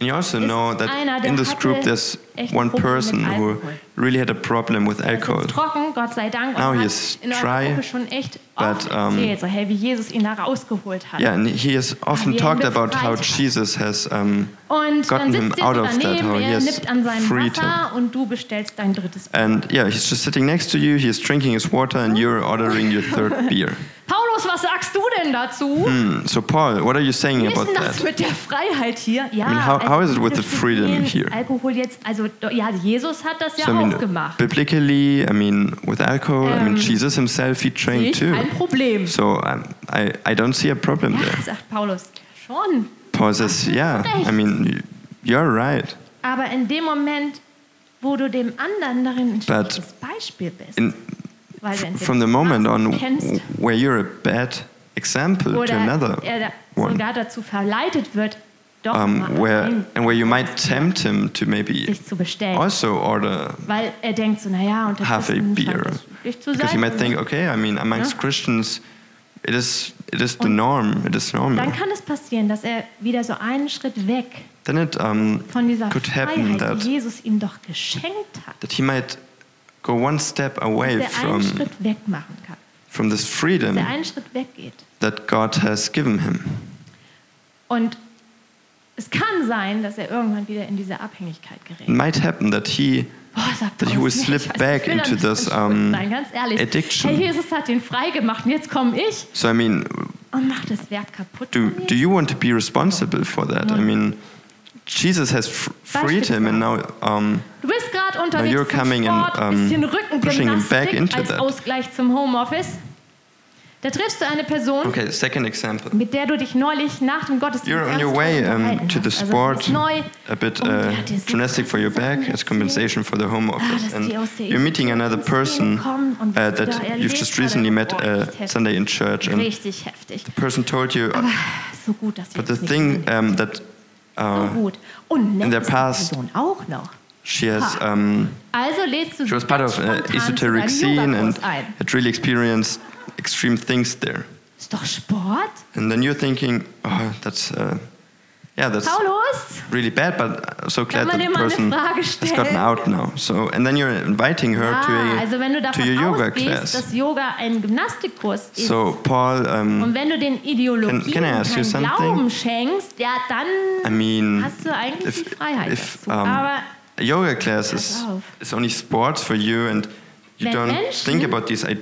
S3: And you also
S4: ist
S3: know that
S4: einer, der
S3: in this
S4: hatte
S3: group there's
S4: echt ein
S3: one
S4: Problem mit
S3: person who
S4: Alkohol.
S3: really had a problem with
S4: ist
S3: alcohol.
S4: jetzt trocken, Gott sei Dank.
S3: Now
S4: und
S3: he
S4: hat
S3: is
S4: in eurer
S3: dry,
S4: Gruppe schon echt
S3: but,
S4: oft
S3: um,
S4: erzählt, so hey, wie Jesus ihn da rausgeholt hat.
S3: Yeah, and he has often
S4: ihn
S3: talked about
S4: befreit
S3: how
S4: hat.
S3: Jesus has um, gotten
S4: Und dann
S3: him
S4: sitzt ihr
S3: out
S4: so
S3: of that,
S4: daneben,
S3: how he
S4: er
S3: has
S4: nippt an seinem
S3: freed
S4: Wasser und du bestellst dein drittes Bier.
S3: and yeah, he's just sitting next to you. He's drinking his water, and you're ordering your third beer.
S4: Paulus, was sagst du denn dazu?
S3: Hmm, so Paul, what are you saying
S4: Wie ist
S3: about
S4: denn das
S3: that?
S4: mit der Freiheit hier? Ja,
S3: halt I mean, how-
S4: also
S3: how is it with the
S4: biblisch
S3: freedom
S4: gesehen,
S3: here?
S4: Alkohol jetzt, also do- ja, Jesus hat das ja
S3: So I
S4: auch
S3: mean,
S4: gemacht.
S3: biblically, I mean, with alcohol, I mean,
S4: Ähm,
S3: Jesus himself he drank
S4: Nicht
S3: too.
S4: ein Problem.
S3: So um, I, I don't see a problem
S4: Ja,
S3: there.
S4: sagt Paulus, schon.
S3: Paul says, yeah, I mean, you're right.
S4: Aber in dem Moment, wo du dem anderen darin ein
S3: But
S4: schlechtes Beispiel bist,
S3: In,
S4: weil du entweder
S3: from the moment on
S4: nicht kennst
S3: where you're a bad example to
S4: oder er
S3: another
S4: da
S3: one,
S4: sogar dazu verleitet wird, doch mal
S3: um, where
S4: ein
S3: and where you might tempt him to maybe
S4: sich zu bestellen.
S3: also order
S4: weil er denkt so, naja, und das
S3: Have
S4: ist
S3: a
S4: ein
S3: beer.
S4: Schlag, das üblich zu
S3: because you
S4: sein.
S3: might think, okay, I mean, amongst Christians, it is it is the norm, it is
S4: Dann
S3: normal.
S4: kann es passieren, dass er wieder so einen Schritt weg
S3: Then it um,
S4: von dieser
S3: could happen
S4: Freiheit, die
S3: that
S4: Jesus ihm doch geschenkt hat,
S3: that he might go one step
S4: dass
S3: away
S4: er einen
S3: from
S4: Schritt weg machen kann,
S3: from this
S4: dass
S3: freedom
S4: er einen Schritt weggeht.
S3: that God has given him.
S4: Und es kann sein, dass er irgendwann wieder in diese Abhängigkeit
S3: It
S4: gerät.
S3: might happen that he
S4: Boah, sagt
S3: that he
S4: Paulus,
S3: will
S4: nee, ich
S3: slip
S4: weiß,
S3: back
S4: ich will da
S3: into
S4: nicht
S3: this,
S4: drin schuld
S3: um,
S4: sein, ganz ehrlich.
S3: addiction.
S4: Hey, Jesus hat den frei gemacht und jetzt komme ich
S3: So I mean,
S4: und mache das Werk kaputt.
S3: do
S4: von mir.
S3: do you want to be responsible for that? I mean, Jesus has fr- freed him, and now um,
S4: Du bist gerade
S3: Now
S4: unterwegs
S3: you're coming
S4: zum Sport,
S3: and, um,
S4: bisschen
S3: pushing him back
S4: Rückengymnastik
S3: into
S4: als
S3: that.
S4: Ausgleich zum Homeoffice. Da triffst du eine Person,
S3: okay. Second example.
S4: mit der du dich neulich nach dem Gottesdienst
S3: You're on
S4: ganz
S3: your
S4: toll
S3: way
S4: unterhalten
S3: um, to the
S4: hast. Also, das
S3: sport,
S4: ist neu.
S3: a bit
S4: Und
S3: uh,
S4: die hat dir so
S3: gymnastic for your
S4: krasse Sachen
S3: back as
S4: erzählt.
S3: compensation for the home office.
S4: dass Ah, die aus der
S3: And you're meeting another
S4: Evangelisation
S3: person
S4: kommen und
S3: uh,
S4: was du da
S3: that you've
S4: erlebt
S3: just
S4: hast,
S3: recently met
S4: boah,
S3: uh,
S4: echt heftig.
S3: Sunday in church, and
S4: Richtig heftig.
S3: the person told you. uh,
S4: So gut, dass wir
S3: But the
S4: das nicht
S3: thing
S4: kennen.
S3: um, that
S4: so gut. Und nett
S3: in the
S4: ist die
S3: past-
S4: Person auch noch.
S3: she has, um,
S4: Also lädst du
S3: she was part of an esoteric scene and
S4: ein.
S3: had really experienced extreme things there.
S4: Ist doch Sport.
S3: And then you're thinking, oh, that's, uh, yeah, that's
S4: Paulus,
S3: really bad, but I'm so glad
S4: man
S3: that
S4: dir
S3: the
S4: mal eine
S3: person
S4: Frage
S3: has gotten
S4: stellen?
S3: out now. So, and then you're inviting her to
S4: Ah,
S3: a
S4: also wenn du
S3: to
S4: davon
S3: your yoga
S4: ausgehst,
S3: class.
S4: dass Yoga ein Gymnastikkurs ist
S3: So, Paul, um,
S4: und wenn du den Ideologien
S3: Can- can I ask you
S4: keinen
S3: something?
S4: Glauben schenkst, ja dann
S3: I mean,
S4: hast du eigentlich die Freiheit
S3: if
S4: dazu.
S3: um,
S4: Aber
S3: a yoga class is,
S4: Pass auf.
S3: is only sports for you, and you
S4: Wenn
S3: don't
S4: Menschen
S3: think about these, i-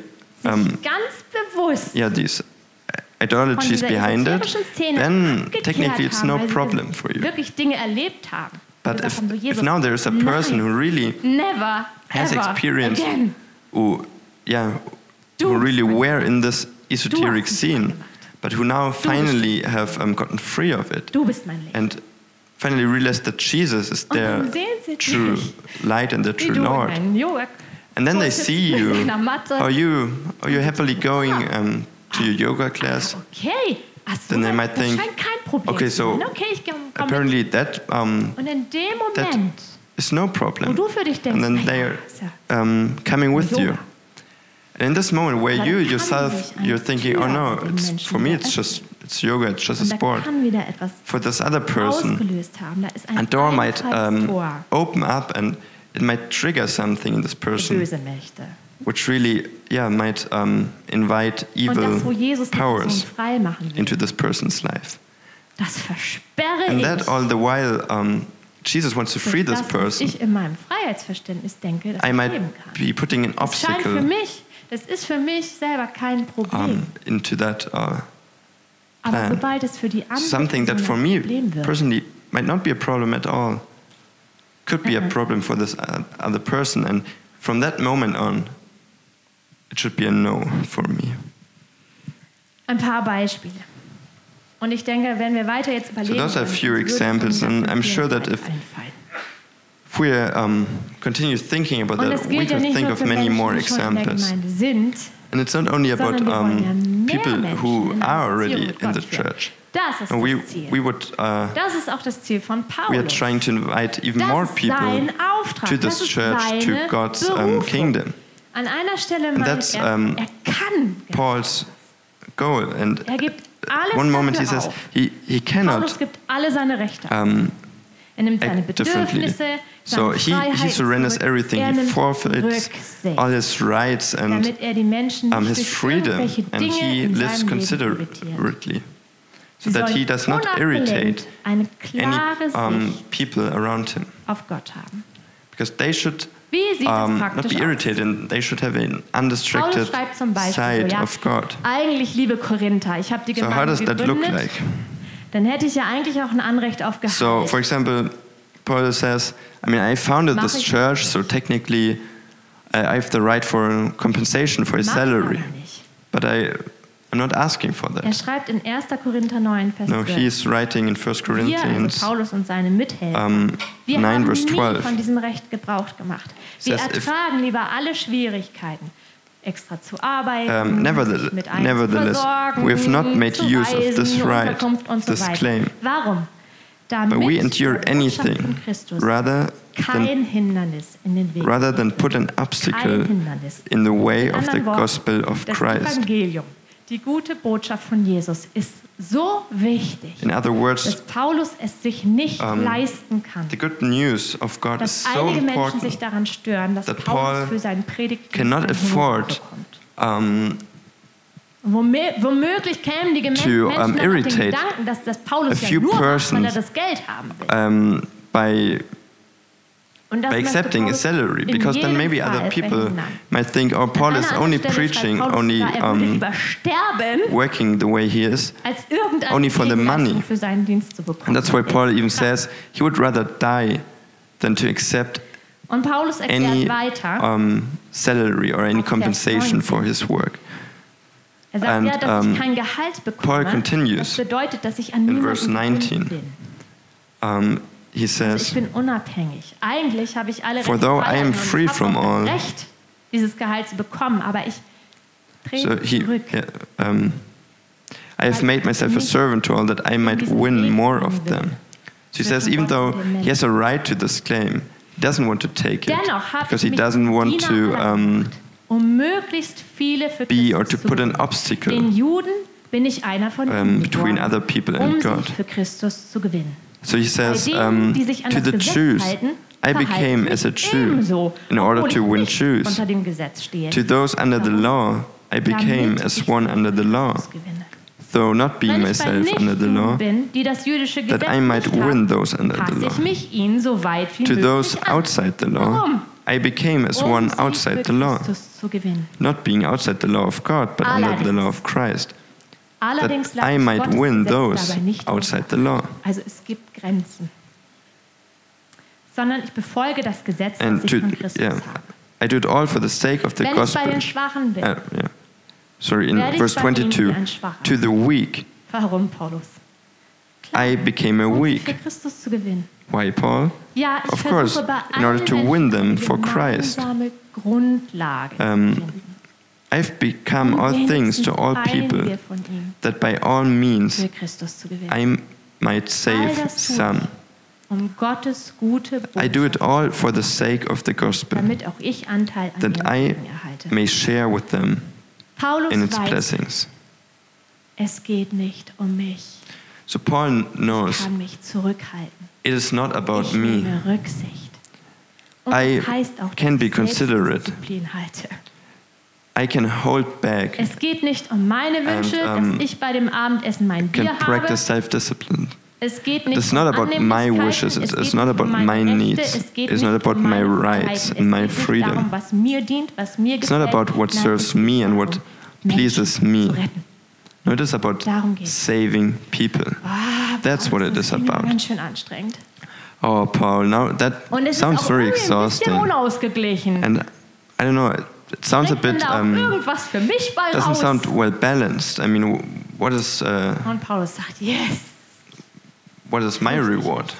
S3: um,
S4: ganz bewusst
S3: yeah, these
S4: von
S3: ideologies
S4: dieser
S3: behind it,
S4: esoterischen Szene
S3: then
S4: abgekehrt
S3: technically it's
S4: haben,
S3: no
S4: weil sie
S3: problem for you.
S4: wirklich Dinge erlebt haben.
S3: But
S4: Gesagt
S3: if,
S4: haben, so,
S3: if
S4: Jesus,
S3: now there is a person who really
S4: never
S3: has
S4: ever
S3: experienced
S4: again.
S3: who yeah
S4: Du
S3: who
S4: hast
S3: really
S4: mich
S3: were in this esoteric
S4: mich
S3: scene
S4: gemacht.
S3: but who now finally have um, gotten free of it
S4: Du bist mein Leben.
S3: and finally realized that Jesus is
S4: Und
S3: their
S4: dann sehen sie
S3: true
S4: dich,
S3: light and the
S4: wie
S3: true
S4: du in
S3: Lord
S4: einem Yoga
S3: and then they
S4: sitzt
S3: see
S4: mit
S3: you
S4: deiner Matte.
S3: are you are you happily going um, to your yoga class
S4: Okay, also
S3: Then they might
S4: das
S3: think,
S4: scheint kein Problem
S3: okay,
S4: zu
S3: so
S4: sein. Okay, ich komm, komm mit.
S3: apparently that um,
S4: Und in dem
S3: that
S4: Moment,
S3: is no
S4: wo
S3: problem
S4: du für dich denkst,
S3: and then
S4: "Na ja,
S3: they're
S4: ist ja
S3: um, coming with you
S4: Yoga."
S3: And in this moment where
S4: Dann
S3: you
S4: kann
S3: yourself,
S4: sich eine
S3: you're thinking,
S4: Tür
S3: oh no,
S4: bei den
S3: it's,
S4: Menschen
S3: for me
S4: wieder
S3: it's
S4: öffnen."
S3: just, it's yoga, it's just a
S4: und da
S3: sport.
S4: kann wieder etwas
S3: For this other person,
S4: ausgelöst haben. Da ist ein
S3: a door might
S4: einfaches
S3: um,
S4: Tor
S3: open up and it might trigger something in this
S4: für
S3: person,
S4: böse Mächte.
S3: which really, yeah, might um, invite
S4: Und das, wo
S3: evil
S4: Jesus die Person
S3: powers
S4: frei machen will,
S3: into this person's life.
S4: das versperre
S3: And
S4: ich.
S3: that all the while, um, Jesus wants to
S4: durch
S3: free this
S4: das, was
S3: person.
S4: ich in meinem Freiheitsverständnis denke, dass
S3: I
S4: ich
S3: might
S4: leben kann.
S3: be putting an
S4: Das scheint für
S3: obstacle
S4: mich, das ist für mich selber kein Problem.
S3: um, into that, uh,
S4: Aber
S3: plan.
S4: sobald es für die andere
S3: something that for
S4: Person
S3: me
S4: ein Problem wird,
S3: personally might not be a problem at all could be
S4: Uh-huh.
S3: a problem for this uh, other person and from that moment on it should be a no for me
S4: Ein paar Beispiele. Und ich denke, wenn wir weiter jetzt überlegen,
S3: those are
S4: dann
S3: few
S4: würde uns
S3: examples,
S4: noch
S3: and
S4: ganz
S3: I'm
S4: viel
S3: sure that
S4: Zeit
S3: if-
S4: einfallen.
S3: if we um, continue thinking about
S4: Und
S3: that,
S4: es
S3: we
S4: gilt ja
S3: can
S4: nicht
S3: think
S4: nur
S3: of
S4: für
S3: many
S4: Menschen,
S3: more
S4: die schon in der
S3: examples.
S4: Gemeinde sind.
S3: And it's not only about
S4: sondern wir wollen ja
S3: um,
S4: mehr
S3: people
S4: Menschen
S3: who
S4: in einer
S3: are already
S4: Beziehung mit
S3: in the
S4: Gott führen.
S3: church.
S4: Das ist
S3: And we,
S4: das Ziel.
S3: we would uh,
S4: das ist auch das Ziel von
S3: we are
S4: Paulus.
S3: trying to invite even
S4: Das
S3: more
S4: ist
S3: people
S4: sein Auftrag.
S3: to
S4: das
S3: this
S4: ist
S3: church, to
S4: seine
S3: God's um,
S4: Berufung.
S3: kingdom.
S4: An einer Stelle meint
S3: that's,
S4: er,
S3: um,
S4: er kann.
S3: Paul's goal, and
S4: Er gibt alles
S3: one moment he
S4: dafür
S3: says
S4: auf.
S3: he, he
S4: Paulus
S3: cannot
S4: gibt alle seine Rechte.
S3: um,
S4: er nimmt seine
S3: act differently.
S4: Bedürfnisse,
S3: So
S4: seine
S3: he, he
S4: Freiheiten
S3: surrenders
S4: zurück.
S3: everything,
S4: Er
S3: he
S4: nimmt
S3: forfeits
S4: Rücksicht,
S3: all his rights and
S4: damit er die Menschen
S3: um, his
S4: nicht durch
S3: freedom,
S4: irgendwelche
S3: and
S4: Dinge
S3: he
S4: in
S3: lives
S4: seinem Leben irritiert.
S3: considerately, so
S4: Sie
S3: that he
S4: sollen
S3: does not
S4: unabgelenkt
S3: irritate
S4: Eine
S3: any
S4: klare
S3: um,
S4: Sicht
S3: people around him,
S4: auf Gott haben.
S3: because they should
S4: Wie sieht
S3: um,
S4: das
S3: not
S4: praktisch
S3: be
S4: aus?
S3: irritated, and they should have an
S4: Paulus
S3: undistracted
S4: schreibt zum Beispiel,
S3: sight
S4: ja,
S3: of God.
S4: eigentlich liebe Korinther, ich habe die
S3: So how
S4: Gemeinde
S3: does that look
S4: gegründet,
S3: like?
S4: dann hätte ich ja eigentlich auch ein Anrecht auf Gehalt.
S3: So, for example, Paul says, I mean, I founded
S4: Mach
S3: this
S4: ich
S3: church, so technically I I have the right for compensation for a
S4: Macht er
S3: salary,
S4: aber nicht.
S3: but I, I'm not asking for
S4: Er
S3: that.
S4: schreibt in 1. Korinther 9, Vers
S3: No,
S4: 12.
S3: he is writing in 1
S4: Wir, also
S3: Corinthians
S4: Paulus und seine Mithelfer,
S3: um,
S4: wir
S3: 9,
S4: haben
S3: verse
S4: nie
S3: 12.
S4: von diesem Recht Gebrauch gemacht. Wir
S3: Says if-
S4: ertragen lieber alle Schwierigkeiten, extra zu arbeiten,
S3: Um, nevertheless-
S4: sich mit allen zu
S3: nevertheless,
S4: versorgen,
S3: we have not made
S4: zu
S3: use of
S4: reisen,
S3: this right,
S4: Unterkunft und so
S3: this
S4: weiter.
S3: claim.
S4: Warum? Damit
S3: But we
S4: der
S3: endure
S4: Botschaft
S3: anything
S4: von Christus
S3: rather than,
S4: kein Hindernis in den Weg.
S3: rather than put an
S4: kein
S3: obstacle
S4: Hindernis.
S3: in the way
S4: Mit
S3: of the
S4: anderen Worten,
S3: gospel of
S4: das
S3: Christ.
S4: Evangelium, die gute Botschaft von Jesus, ist so wichtig,
S3: In other words,
S4: dass Paulus es sich nicht
S3: Um,
S4: leisten kann,
S3: the good news of God is
S4: dass
S3: so
S4: einige Menschen
S3: important
S4: sich daran stören, dass
S3: that Paul
S4: Paulus für seinen Predigt
S3: cannot afford um,
S4: Womöglich kämen die Menschen
S3: to, um,
S4: Menschen dann auf den
S3: irritate
S4: Gedanken, dass das
S3: a
S4: Paulus ja
S3: few
S4: nur macht, weil er
S3: persons,
S4: das Geld haben
S3: um,
S4: will.
S3: by
S4: Und das
S3: by
S4: möchte
S3: accepting a
S4: Paulus
S3: salary
S4: in
S3: because then
S4: jedem
S3: maybe other
S4: Fall
S3: people
S4: verhindern.
S3: might think, oh, Paul
S4: An
S3: is
S4: einer
S3: only
S4: anderen Stelle schreibt
S3: preaching,
S4: Paulus
S3: only
S4: sogar, er würde
S3: um,
S4: lieber sterben,
S3: working the way he is.
S4: als irgendeine
S3: only for the
S4: Gegenleistung
S3: money.
S4: für seinen Dienst zu bekommen.
S3: And that's why Paul even says he would rather die than to accept
S4: Und Paulus erklärt
S3: any
S4: weiter,
S3: um, salary or any
S4: Auf Vers
S3: compensation
S4: 19.
S3: for his work.
S4: er sagt
S3: and,
S4: ja, dass
S3: um,
S4: ich kein Gehalt bekomme.
S3: Paul continues
S4: das bedeutet, dass ich an niemanden
S3: verse 19.
S4: gebunden bin.
S3: Um, he
S4: Ich
S3: says,
S4: bin unabhängig. Eigentlich habe ich alle
S3: For
S4: Rechte
S3: though I am
S4: Freiheiten und ich
S3: free
S4: habe
S3: from
S4: auch
S3: all-
S4: das Recht, dieses Gehalt zu bekommen, aber ich
S3: so
S4: trete
S3: he,
S4: zurück.
S3: yeah, um, I have made myself a servant to all that I might win more of them. So he says, even though he has a right to this claim, he doesn't want to take it
S4: Dennoch habe
S3: because
S4: ich
S3: he
S4: mich
S3: doesn't want
S4: Diener
S3: to
S4: aller
S3: um,
S4: gemacht, um möglichst viele für
S3: be or to
S4: Christus
S3: put an
S4: gewinnen. Den
S3: obstacle
S4: Juden bin ich einer von
S3: um,
S4: ihnen
S3: between
S4: geworden,
S3: other people
S4: um
S3: and
S4: sich
S3: God.
S4: für Christus zu gewinnen.
S3: So he
S4: Bei
S3: says,
S4: denen,
S3: um,
S4: die sich an
S3: to
S4: das
S3: the
S4: Gesetz
S3: Jews,
S4: halten,
S3: I
S4: verhalte ich
S3: became
S4: mich
S3: as a Jew
S4: ebenso,
S3: in order
S4: obwohl
S3: to
S4: ich
S3: win
S4: nicht
S3: Jews.
S4: Unter dem Gesetz stehe.
S3: To those under the law, I became
S4: damit
S3: as
S4: ich
S3: one under the law,
S4: Christus gewinne.
S3: though not being
S4: Wenn ich bei
S3: myself under the law,
S4: Nichten bin, die das jüdische Gesetz
S3: that I might
S4: nicht haben,
S3: win those under the
S4: passe
S3: law.
S4: ich mich ihnen so weit wie
S3: To
S4: möglich
S3: those
S4: an,
S3: outside the law,
S4: Warum?
S3: I became as
S4: um
S3: one
S4: sie für
S3: outside the law,
S4: Christus zu gewinnen.
S3: not being outside the law of God, but under the law of Christ, that
S4: Allerdings lasse
S3: I
S4: ich
S3: might
S4: Gottes
S3: win
S4: Gesetz
S3: those
S4: dabei nicht
S3: outside the law.
S4: Also es gibt Grenzen. Sondern ich befolge das Gesetz, das
S3: And
S4: ich
S3: to,
S4: von Christus
S3: yeah,
S4: habe.
S3: I do it all for the sake of the
S4: Wenn ich bei
S3: gospel.
S4: den Schwachen bin,
S3: Uh, yeah. Sorry, in
S4: Werde ich
S3: verse
S4: bei ihnen wie
S3: 22,
S4: ein Schwacher?
S3: to the weak,
S4: warum, Paulus?
S3: I became a
S4: Um sie
S3: weak.
S4: für Christus zu gewinnen.
S3: Why, Paul?
S4: Ja, ich
S3: Of course,
S4: versuche bei
S3: in order
S4: allen
S3: to
S4: Menschen
S3: win them
S4: eine
S3: for Christ.
S4: gemeinsame Grundlage. zu
S3: Um,
S4: finden.
S3: I've become all
S4: Um
S3: things to
S4: wenigstens
S3: all
S4: einen
S3: people,
S4: hier von ihm
S3: that by all means
S4: für Christus zu gewinnen.
S3: I might
S4: All
S3: save
S4: das tue
S3: some.
S4: ich, um Gottes gute
S3: I do it
S4: Botschaft,
S3: all for the sake of the gospel,
S4: damit auch ich Anteil an
S3: that
S4: ihren
S3: I
S4: Segen erhalte.
S3: may share with them
S4: Paulus
S3: in its
S4: weiß,
S3: blessings.
S4: es geht nicht um mich.
S3: So Paul
S4: Ich
S3: knows
S4: kann mich zurückhalten.
S3: it is not about
S4: ich
S3: me.
S4: nehme Rücksicht. Und
S3: I
S4: das heißt auch,
S3: can
S4: dass
S3: be
S4: ich
S3: considerate.
S4: Selbstdisziplin halte.
S3: I can hold back,
S4: Es geht nicht um meine Wünsche,
S3: And, um,
S4: dass ich bei dem Abendessen mein Bier
S3: can practice
S4: habe.
S3: self-discipline.
S4: Es geht nicht
S3: It's not
S4: um
S3: about my
S4: Annehmlichkeiten,
S3: wishes. It's,
S4: es
S3: it's
S4: geht
S3: not
S4: nicht
S3: about
S4: um
S3: my
S4: meine
S3: needs.
S4: Rechte, es geht
S3: It's
S4: nicht
S3: not about
S4: um
S3: my
S4: meine
S3: rights
S4: Freiheiten,
S3: and my
S4: es geht nicht
S3: freedom.
S4: darum, was mir dient, was mir
S3: It's not
S4: gefällt.
S3: about what
S4: Nein,
S3: serves
S4: es geht
S3: me and what
S4: darum, Menschen
S3: pleases me.
S4: zu retten.
S3: No, it is about
S4: Darum geht's.
S3: saving people.
S4: Ah,
S3: That's what it
S4: das
S3: is
S4: ist immer
S3: about.
S4: Ganz schön anstrengend.
S3: Oh, Paul, now that
S4: Und es
S3: sounds
S4: ist auch
S3: very
S4: irgendwie ein bisschen
S3: exhausting.
S4: unausgeglichen.
S3: And I don't know, it, it sounds a
S4: Vielleicht kann
S3: bit,
S4: da auch
S3: um,
S4: irgendwas für mich bei
S3: doesn't
S4: raus.
S3: sound well balanced. I mean, wh- what is, uh,
S4: Und Paulus sagt, yes.
S3: what is my reward?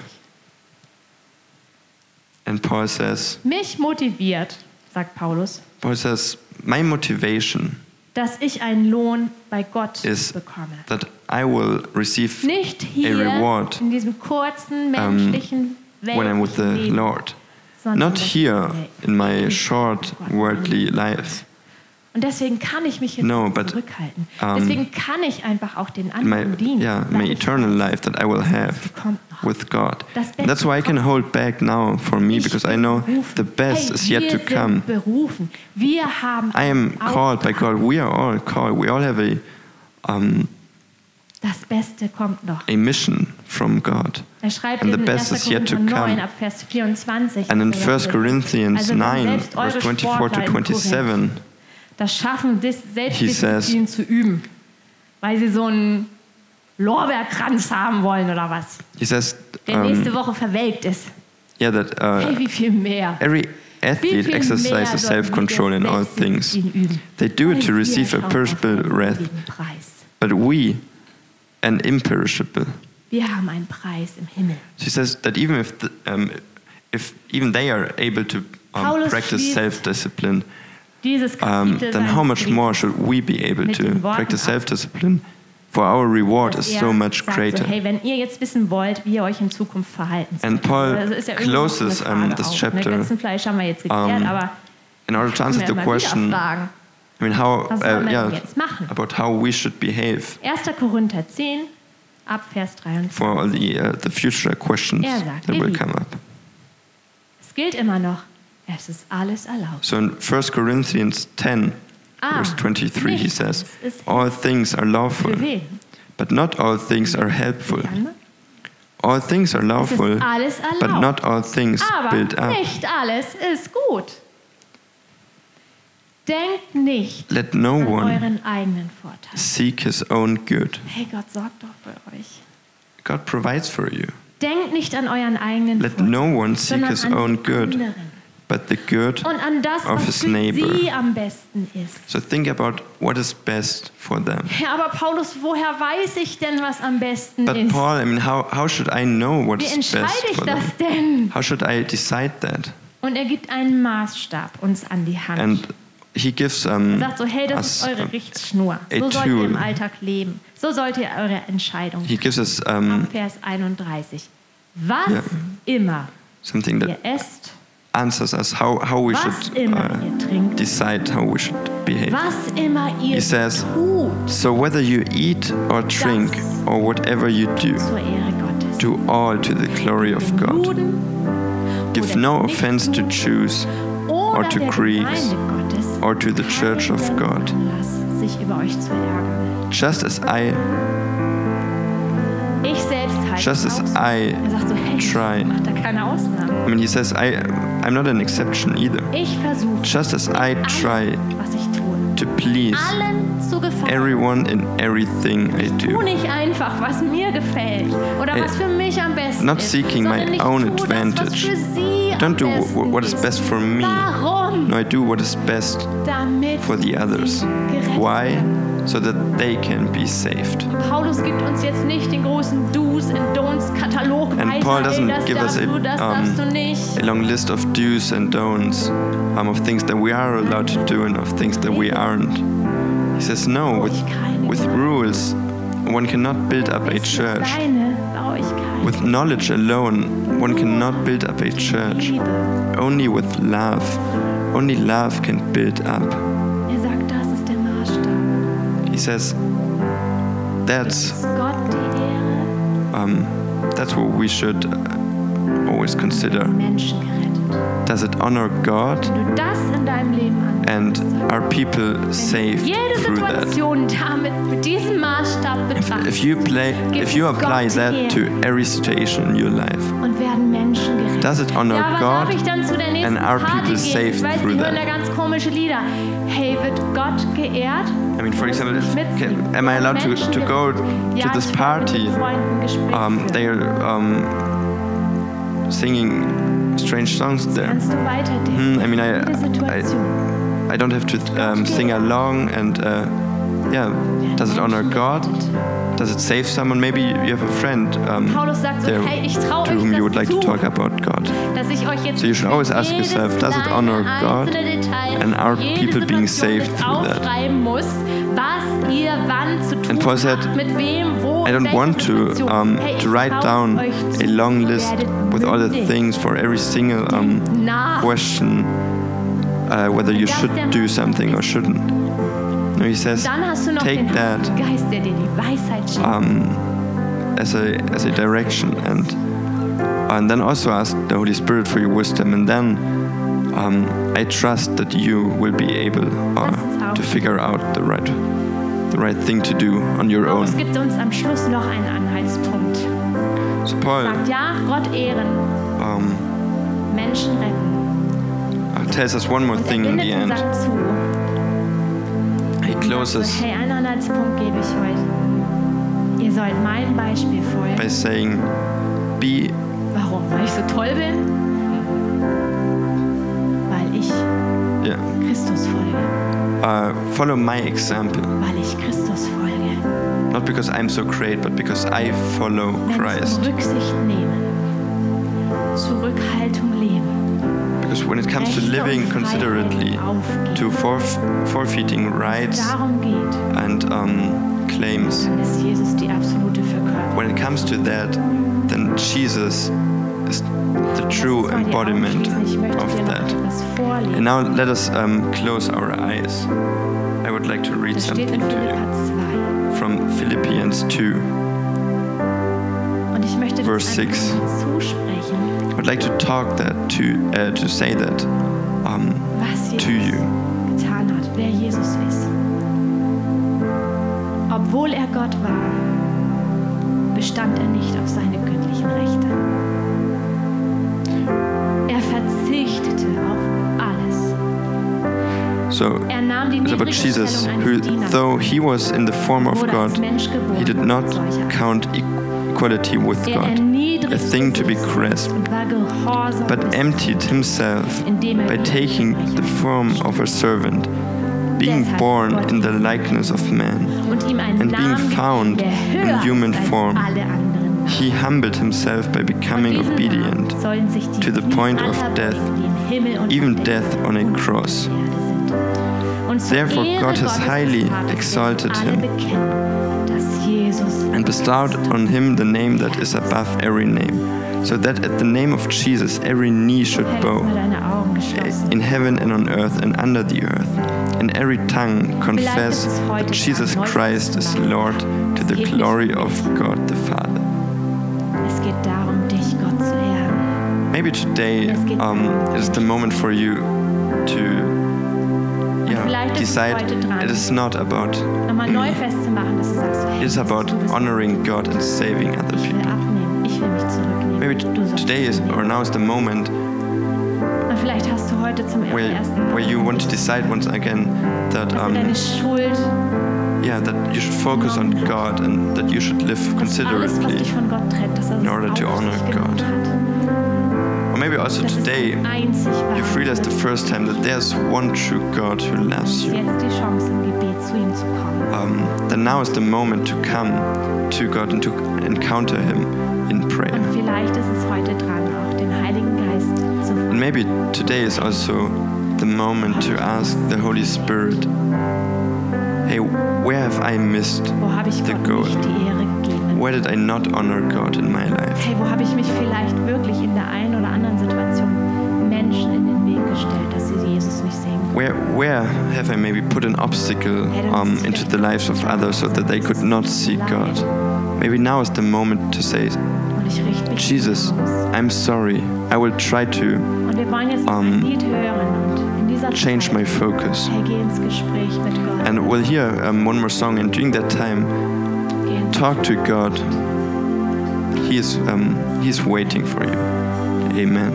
S3: And Paul says,
S4: Mich motiviert, sagt Paulus,
S3: Paul says, my motivation
S4: dass ich einen Lohn bei Gott
S3: is
S4: bekomme.
S3: that I will receive
S4: Nicht
S3: a
S4: hier
S3: reward
S4: in diesem kurzen
S3: um,
S4: menschlichen
S3: when I'm with the
S4: weltlichen Leben,
S3: Lord.
S4: sondern
S3: Not
S4: das-
S3: here
S4: Nee.
S3: in my short worldly life,
S4: Und deswegen kann ich mich jetzt
S3: No,
S4: nicht
S3: but,
S4: zurückhalten.
S3: um,
S4: deswegen kann ich einfach auch den
S3: in my
S4: anderen dienen.
S3: yeah, my
S4: weil ich-
S3: eternal life that I will have
S4: kommt noch.
S3: with God.
S4: Das Beste
S3: And that's why I can hold back now for me
S4: Ich
S3: because I
S4: bin
S3: know
S4: berufen.
S3: the best
S4: hey,
S3: is yet
S4: wir
S3: to
S4: sind
S3: come.
S4: Berufen. Wir haben
S3: I am
S4: einen
S3: called by
S4: Auftrag.
S3: God. We are all called. We all have a um,
S4: Das Beste kommt noch.
S3: a mission from God.
S4: Er schreibt
S3: And the
S4: in
S3: best
S4: 1.
S3: is yet to
S4: Korinther 9
S3: come.
S4: ab Vers 24.
S3: And in
S4: sagt
S3: 1
S4: er,
S3: Corinthians
S4: also wenn
S3: 9,
S4: selbst eure
S3: verse 24
S4: Sportler
S3: to
S4: in Korinth
S3: 27,
S4: Das schaffen, Dis-
S3: He
S4: Selbstdisziplin zu üben, weil sie so einen Lorbeerkranz haben wollen oder was,
S3: he says,
S4: der nächste
S3: um,
S4: Woche verwelkt ist.
S3: yeah, that uh,
S4: Hey, wie viel mehr.
S3: every
S4: Wie
S3: athlete
S4: viel mehr
S3: exercises
S4: sollten wir
S3: self control in all things.
S4: Selbstdisziplin üben?
S3: They do it
S4: Weil
S3: to
S4: wir
S3: receive a
S4: schauen auf
S3: perishable
S4: einen
S3: wreath,
S4: ewigen Preis.
S3: but we, an imperishable.
S4: Wir haben einen Preis im Himmel.
S3: She says that even if, the, um, if even they are able to um,
S4: Paulus
S3: practice
S4: schließt-
S3: self discipline,
S4: Dieses
S3: um,
S4: Kapitel
S3: then how
S4: seines
S3: much
S4: Briefes,
S3: more should we be able
S4: Mit
S3: to
S4: den Worten
S3: practice self
S4: ab.
S3: discipline? For our reward
S4: dass
S3: is
S4: er
S3: so much
S4: sagt
S3: greater.
S4: So, hey, wenn ihr jetzt wissen wollt, wie ihr euch in Zukunft verhalten
S3: And Paul
S4: sollt. Also, Das ist ja irgendwo auch
S3: closes,
S4: eine
S3: um,
S4: Frage
S3: this
S4: auch, ne?
S3: chapter,
S4: ganzen Fleisch haben wir jetzt geklärt,
S3: um,
S4: aber
S3: In order to answer
S4: können wir
S3: the
S4: immer
S3: question,
S4: wieder
S3: I
S4: fragen.
S3: mean, how,
S4: Was soll
S3: uh,
S4: man denn
S3: yeah,
S4: jetzt machen?
S3: about how we should behave
S4: 1. Korinther 10, ab Vers 23.
S3: for all the, uh, the future questions
S4: Er sagt,
S3: that
S4: ihr
S3: will
S4: Lieben.
S3: come up.
S4: Es gilt immer noch, es ist alles erlaubt.
S3: So in 1 Corinthians 10,
S4: Ah,
S3: verse 23, he
S4: nichts
S3: says,
S4: ist
S3: All things are lawful,
S4: Für wen?
S3: but not all things are helpful.
S4: Die anderen?
S3: All things are
S4: Es ist
S3: lawful,
S4: alles erlaubt.
S3: but not all things build
S4: Aber
S3: up.
S4: nicht alles ist gut. Denkt nicht
S3: Let no
S4: an
S3: one
S4: euren eigenen Vorteil.
S3: seek his own good.
S4: Hey, Gott sorgt doch für euch.
S3: God provides for you.
S4: Denkt nicht an euren eigenen
S3: Let
S4: Vorteil,
S3: no one seek
S4: sondern
S3: his
S4: an
S3: own
S4: die
S3: good,
S4: anderen.
S3: but the good.
S4: Und an das,
S3: of
S4: was
S3: his
S4: für
S3: neighbor.
S4: sie am besten ist.
S3: So think about what is best for them.
S4: Ja, aber Paulus, woher weiß ich denn, was am besten
S3: But
S4: ist?
S3: Paul, I mean, how, how should I know what
S4: Wie
S3: is
S4: entscheide
S3: best
S4: ich
S3: for
S4: das
S3: them?
S4: denn?
S3: How should I decide that?
S4: Und er gibt einen Maßstab uns an die Hand.
S3: And he gives um,
S4: Er sagt so, hey, das ist
S3: us,
S4: eure
S3: um,
S4: Richtschnur.
S3: a
S4: So sollt ihr im
S3: tool.
S4: Alltag leben. So sollt ihr eure Entscheidung
S3: he gives us
S4: Ab
S3: um,
S4: Vers 31. Was
S3: Ja.
S4: immer
S3: something
S4: ihr
S3: that
S4: esst,
S3: answers us how, how we
S4: was
S3: should
S4: immer
S3: uh,
S4: ihr trinkt,
S3: decide how we should behave.
S4: was immer ihr
S3: He says,
S4: tut,
S3: So whether you eat or drink
S4: Das-
S3: or whatever you do,
S4: zur Ehre Gottes.
S3: do all to the glory of
S4: Dem
S3: God.
S4: Juden
S3: Give no offense to Jews
S4: oder
S3: or to
S4: der
S3: Greeks
S4: Gemeinde Gottes
S3: or to the church of
S4: keinen
S3: God.
S4: Anlass, sich über euch zu ärgern.
S3: Just as I
S4: Ich selbst halte
S3: Just as
S4: aus.
S3: I
S4: er sagt so, hey,
S3: try.
S4: macht da keine Ausnahmen.
S3: I mean, he says, I, I'm not an exception either.
S4: Ich versuche,
S3: Just as I
S4: allem,
S3: try
S4: was ich tue,
S3: to please
S4: allen zu gefallen.
S3: everyone in everything I
S4: Tu
S3: do,
S4: nicht einfach, was mir gefällt oder
S3: Hey,
S4: was für mich am besten
S3: Eh, not
S4: ist,
S3: seeking my
S4: sondern ich
S3: own
S4: tue Das, was
S3: advantage.
S4: für sie am
S3: don't do wh-
S4: besten
S3: wh- what is
S4: ist.
S3: best for me.
S4: Warum?
S3: No, I do what is best
S4: Damit
S3: for the others.
S4: sie gerecht
S3: Why?
S4: werden.
S3: So that they can be saved.
S4: Paulus gibt uns jetzt nicht den großen Do's and Don'ts Katalog
S3: And
S4: weiter.
S3: Paul
S4: Ey,
S3: doesn't
S4: das
S3: give us
S4: darfst
S3: a,
S4: du, das
S3: um,
S4: darfst du nicht.
S3: A long list of do's and don'ts, um, of things that we are allowed to do and of things that we aren't. He says, no, with, with rules, one cannot build up a
S4: Bist du
S3: church.
S4: Deine Traurigkeit.
S3: With knowledge alone, one cannot build up a church.
S4: Liebe.
S3: Only with love. Only love can build up.
S4: Er sagt, das ist der Maßstab.
S3: He says, that's
S4: Ist Gott die Ehre,
S3: um, that's what we should uh, always consider.
S4: Menschen gerettet.
S3: Does it honor God
S4: Wenn du das in deinem Leben an
S3: and are people saved
S4: jede
S3: through that?
S4: Situation damit mit diesem Maßstab betrachtet
S3: If you play, if you apply that to every situation in your life,
S4: und werden Menschen gerettet.
S3: does it
S4: ja,
S3: honor
S4: aber darf ich
S3: God?
S4: dann zu der nächsten
S3: and are
S4: Party
S3: people
S4: gehen?
S3: saved
S4: ich weiß, die
S3: through
S4: hören da
S3: that?
S4: ganz komische Lieder. Hey, wird Gott geehrt?
S3: I mean, for example, if-
S4: Mitsingen.
S3: can- am I allowed to,
S4: Menschen
S3: to go
S4: gerettet.
S3: to
S4: ja,
S3: this
S4: ich kann mit
S3: party?
S4: Freunden Gespräche
S3: um,
S4: führen.
S3: they are um, singing strange songs there.
S4: Kannst du weiterdenken?
S3: Hmm, I mean, I,
S4: Jede Situation.
S3: I, I don't have to um, sing along, and uh, yeah, does it honor God? Does it save someone? Maybe you have a friend um,
S4: Paulus sagt so,
S3: there
S4: hey, ich trau
S3: to
S4: euch
S3: whom
S4: das
S3: you would like to
S4: zu.
S3: talk about God.
S4: dass ich euch jetzt
S3: So you should always ask
S4: jedes
S3: yourself, does it honor
S4: kleine
S3: God?
S4: einzelne Detail,
S3: And are
S4: jede
S3: people being
S4: Situation
S3: saved
S4: jetzt
S3: through that?
S4: aufschreiben muss, was ihr wann zu tun
S3: And Paul said,
S4: habt, mit wem, wo,
S3: I don't
S4: welche
S3: want to
S4: Situation.
S3: um,
S4: hey, ich
S3: to write
S4: trau's
S3: down
S4: euch zu,
S3: a long
S4: ihr
S3: list
S4: werdet
S3: with all the
S4: mündig.
S3: things for every single um,
S4: Nach.
S3: question uh, whether you should do something or shouldn't. No, he says,
S4: Dann hast du noch
S3: take
S4: den
S3: that Um,
S4: Heiligen Geist, der dir die Weisheit schenkt.
S3: as a as a direction and and then also ask the Holy Spirit for your wisdom and then um, I trust that you will be able uh, to figure out the right the right thing to do on your
S4: Und
S3: own.
S4: es gibt uns am Schluss noch einen Anhaltspunkt.
S3: So Paul
S4: Sagt ja, Gott ehren,
S3: um,
S4: Menschen retten.
S3: uh, tells us one more
S4: Und er
S3: thing in
S4: bindet
S3: the
S4: den
S3: end.
S4: Sack zu. Und
S3: He
S4: sagt so,
S3: closes
S4: hey, einen Anhaltspunkt gebe ich euch. Ihr sollt meinem Beispiel folgen.
S3: by saying, "Be
S4: Warum? Weil ich so toll bin? Weil ich
S3: yeah,
S4: Christus folge.
S3: uh, follow my example,
S4: Weil ich Christus folge.
S3: not because I'm so great, but because I follow
S4: Menschen
S3: Christ."
S4: um Rücksicht nehmen. Zurückhaltung leben.
S3: Because when it comes to
S4: Rechte
S3: living
S4: und
S3: considerately,
S4: Freiheiten aufgeben.
S3: to forf- forfeiting rights
S4: Darum geht.
S3: and um, claims,
S4: Dann ist Jesus die absolute Verkörperung.
S3: when it comes to that, then Jesus is the true
S4: Das war die
S3: embodiment
S4: Aufschließung. Ich möchte
S3: of
S4: dir noch
S3: that.
S4: etwas vorlesen.
S3: And now let us um, close our eyes. I would like to read
S4: Das steht in
S3: something to
S4: Philippa 2.
S3: you from Philippians 2.
S4: Und ich möchte das
S3: Verse
S4: einfach
S3: six.
S4: mal zusprechen,
S3: I would like to talk that to uh, to say that um,
S4: was
S3: to
S4: Jesus
S3: you.
S4: getan hat, wer Jesus ist. Obwohl er Gott war, bestand er nicht auf seine göttlichen Rechte. Er verzichtete auf alles.
S3: So
S4: Er nahm die
S3: So, Also, but Jesus,
S4: Niedrigstellung
S3: who,
S4: eines Dieners
S3: though he was in the form of
S4: wurde als
S3: God,
S4: Mensch
S3: he
S4: geboren.
S3: did not
S4: als solcher.
S3: count e- equality with
S4: er
S3: God a
S4: erniedrigte
S3: thing to be
S4: sich
S3: grasped,
S4: und war gehorsam
S3: but
S4: bis
S3: emptied himself
S4: Indem er
S3: by taking the form of a servant, being born in the likeness of man.
S4: und ihm einen
S3: and being
S4: Namen gegeben,
S3: found
S4: der höher
S3: in human
S4: ist als
S3: form,
S4: alle anderen.
S3: He humbled himself by
S4: Von
S3: becoming
S4: diesem
S3: obedient,
S4: Namen sollen sich die
S3: to the
S4: Knie
S3: point of
S4: aller
S3: death,
S4: beugen, die im Himmel und
S3: even
S4: auf der
S3: death
S4: Erde
S3: on a
S4: und auf
S3: cross.
S4: der Erde sind. Und zur
S3: Therefore
S4: Ehre
S3: God has
S4: Gottes des
S3: highly
S4: Vaters
S3: exalted
S4: alle
S3: him.
S4: bekennen, dass Jesus
S3: and bestowed on him the name that is above every name, so that at the name of Jesus every knee should
S4: Hältst
S3: bow.
S4: mal deine Augen geschlossen.
S3: in heaven and on earth and under the earth, and every tongue confess that Jesus Christ is Lord to the glory of God the Father.
S4: Es geht darum, dich Gott zu ehren.
S3: Maybe today um, is the moment for you to yeah, decide it is not about
S4: Nochmal neu festzumachen, dass du sagst, hey,
S3: it is about
S4: du bist
S3: honoring God and saving other
S4: Ich
S3: people.
S4: will abnehmen. Ich will mich zurücknehmen.
S3: Maybe
S4: du sollst
S3: today is
S4: zunehmen.
S3: or now is the moment
S4: Und vielleicht hast du heute zum
S3: where,
S4: ersten Mal
S3: where you want to decide once again that
S4: dass du
S3: um,
S4: deine Schuld,
S3: yeah that you should focus on God and that you should live
S4: dass alles, was
S3: considerately.
S4: dich von Gott trennt, dass er
S3: in
S4: das
S3: order
S4: auf
S3: to
S4: sich
S3: honor
S4: genommen
S3: God.
S4: hat.
S3: Or maybe also
S4: Das ist
S3: today
S4: einzig
S3: You've realized the first time that there's one true God who loves you.
S4: Jetzt die Chance im Gebet zu ihm zu kommen.
S3: Um, then now is the moment to come to God and to encounter Him in
S4: Und
S3: prayer.
S4: vielleicht ist es heute dran, auch den Heiligen Geist zu
S3: And maybe today is also the moment to ask the Holy Spirit, Hey, where have I missed?
S4: Wo habe ich
S3: the
S4: Gott
S3: goal.
S4: nicht die Ehre gegeben?
S3: Where did I not honor God in my life?
S4: Hey, wo habe ich mich vielleicht wirklich in der einen oder anderen Situation Menschen in den Weg gestellt, dass sie Jesus nicht sehen können?
S3: Where, where have I maybe put an obstacle um, into the lives of others so that they could not see God? Maybe now is the moment to say,
S4: Und ich richte mich
S3: Jesus,
S4: aus.
S3: I'm sorry. I will try to
S4: Und wir wollen jetzt noch
S3: um,
S4: ein Lied hören und in dieser
S3: change
S4: Zeit,
S3: my focus.
S4: hey, geh ins Gespräch mit Gott.
S3: And we'll hear um, one more song, and during that time,
S4: Geh ins
S3: talk to God. He is, um, he is waiting for you. Amen.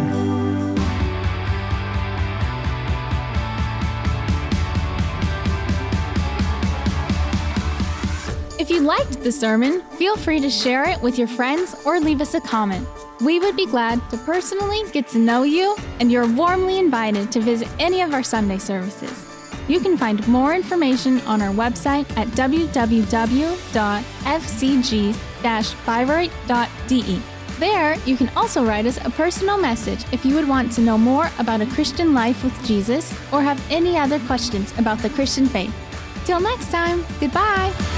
S1: If you liked the sermon, feel free to share it with your friends or leave us a comment. We would be glad to personally get to know you, and you're warmly invited to visit any of our Sunday services. You can find more information on our website at www.fcg-byright.de. E. There, you can also write us a personal message if you would want to know more about a Christian life with Jesus or have any other questions about the Christian faith. Till next time, goodbye!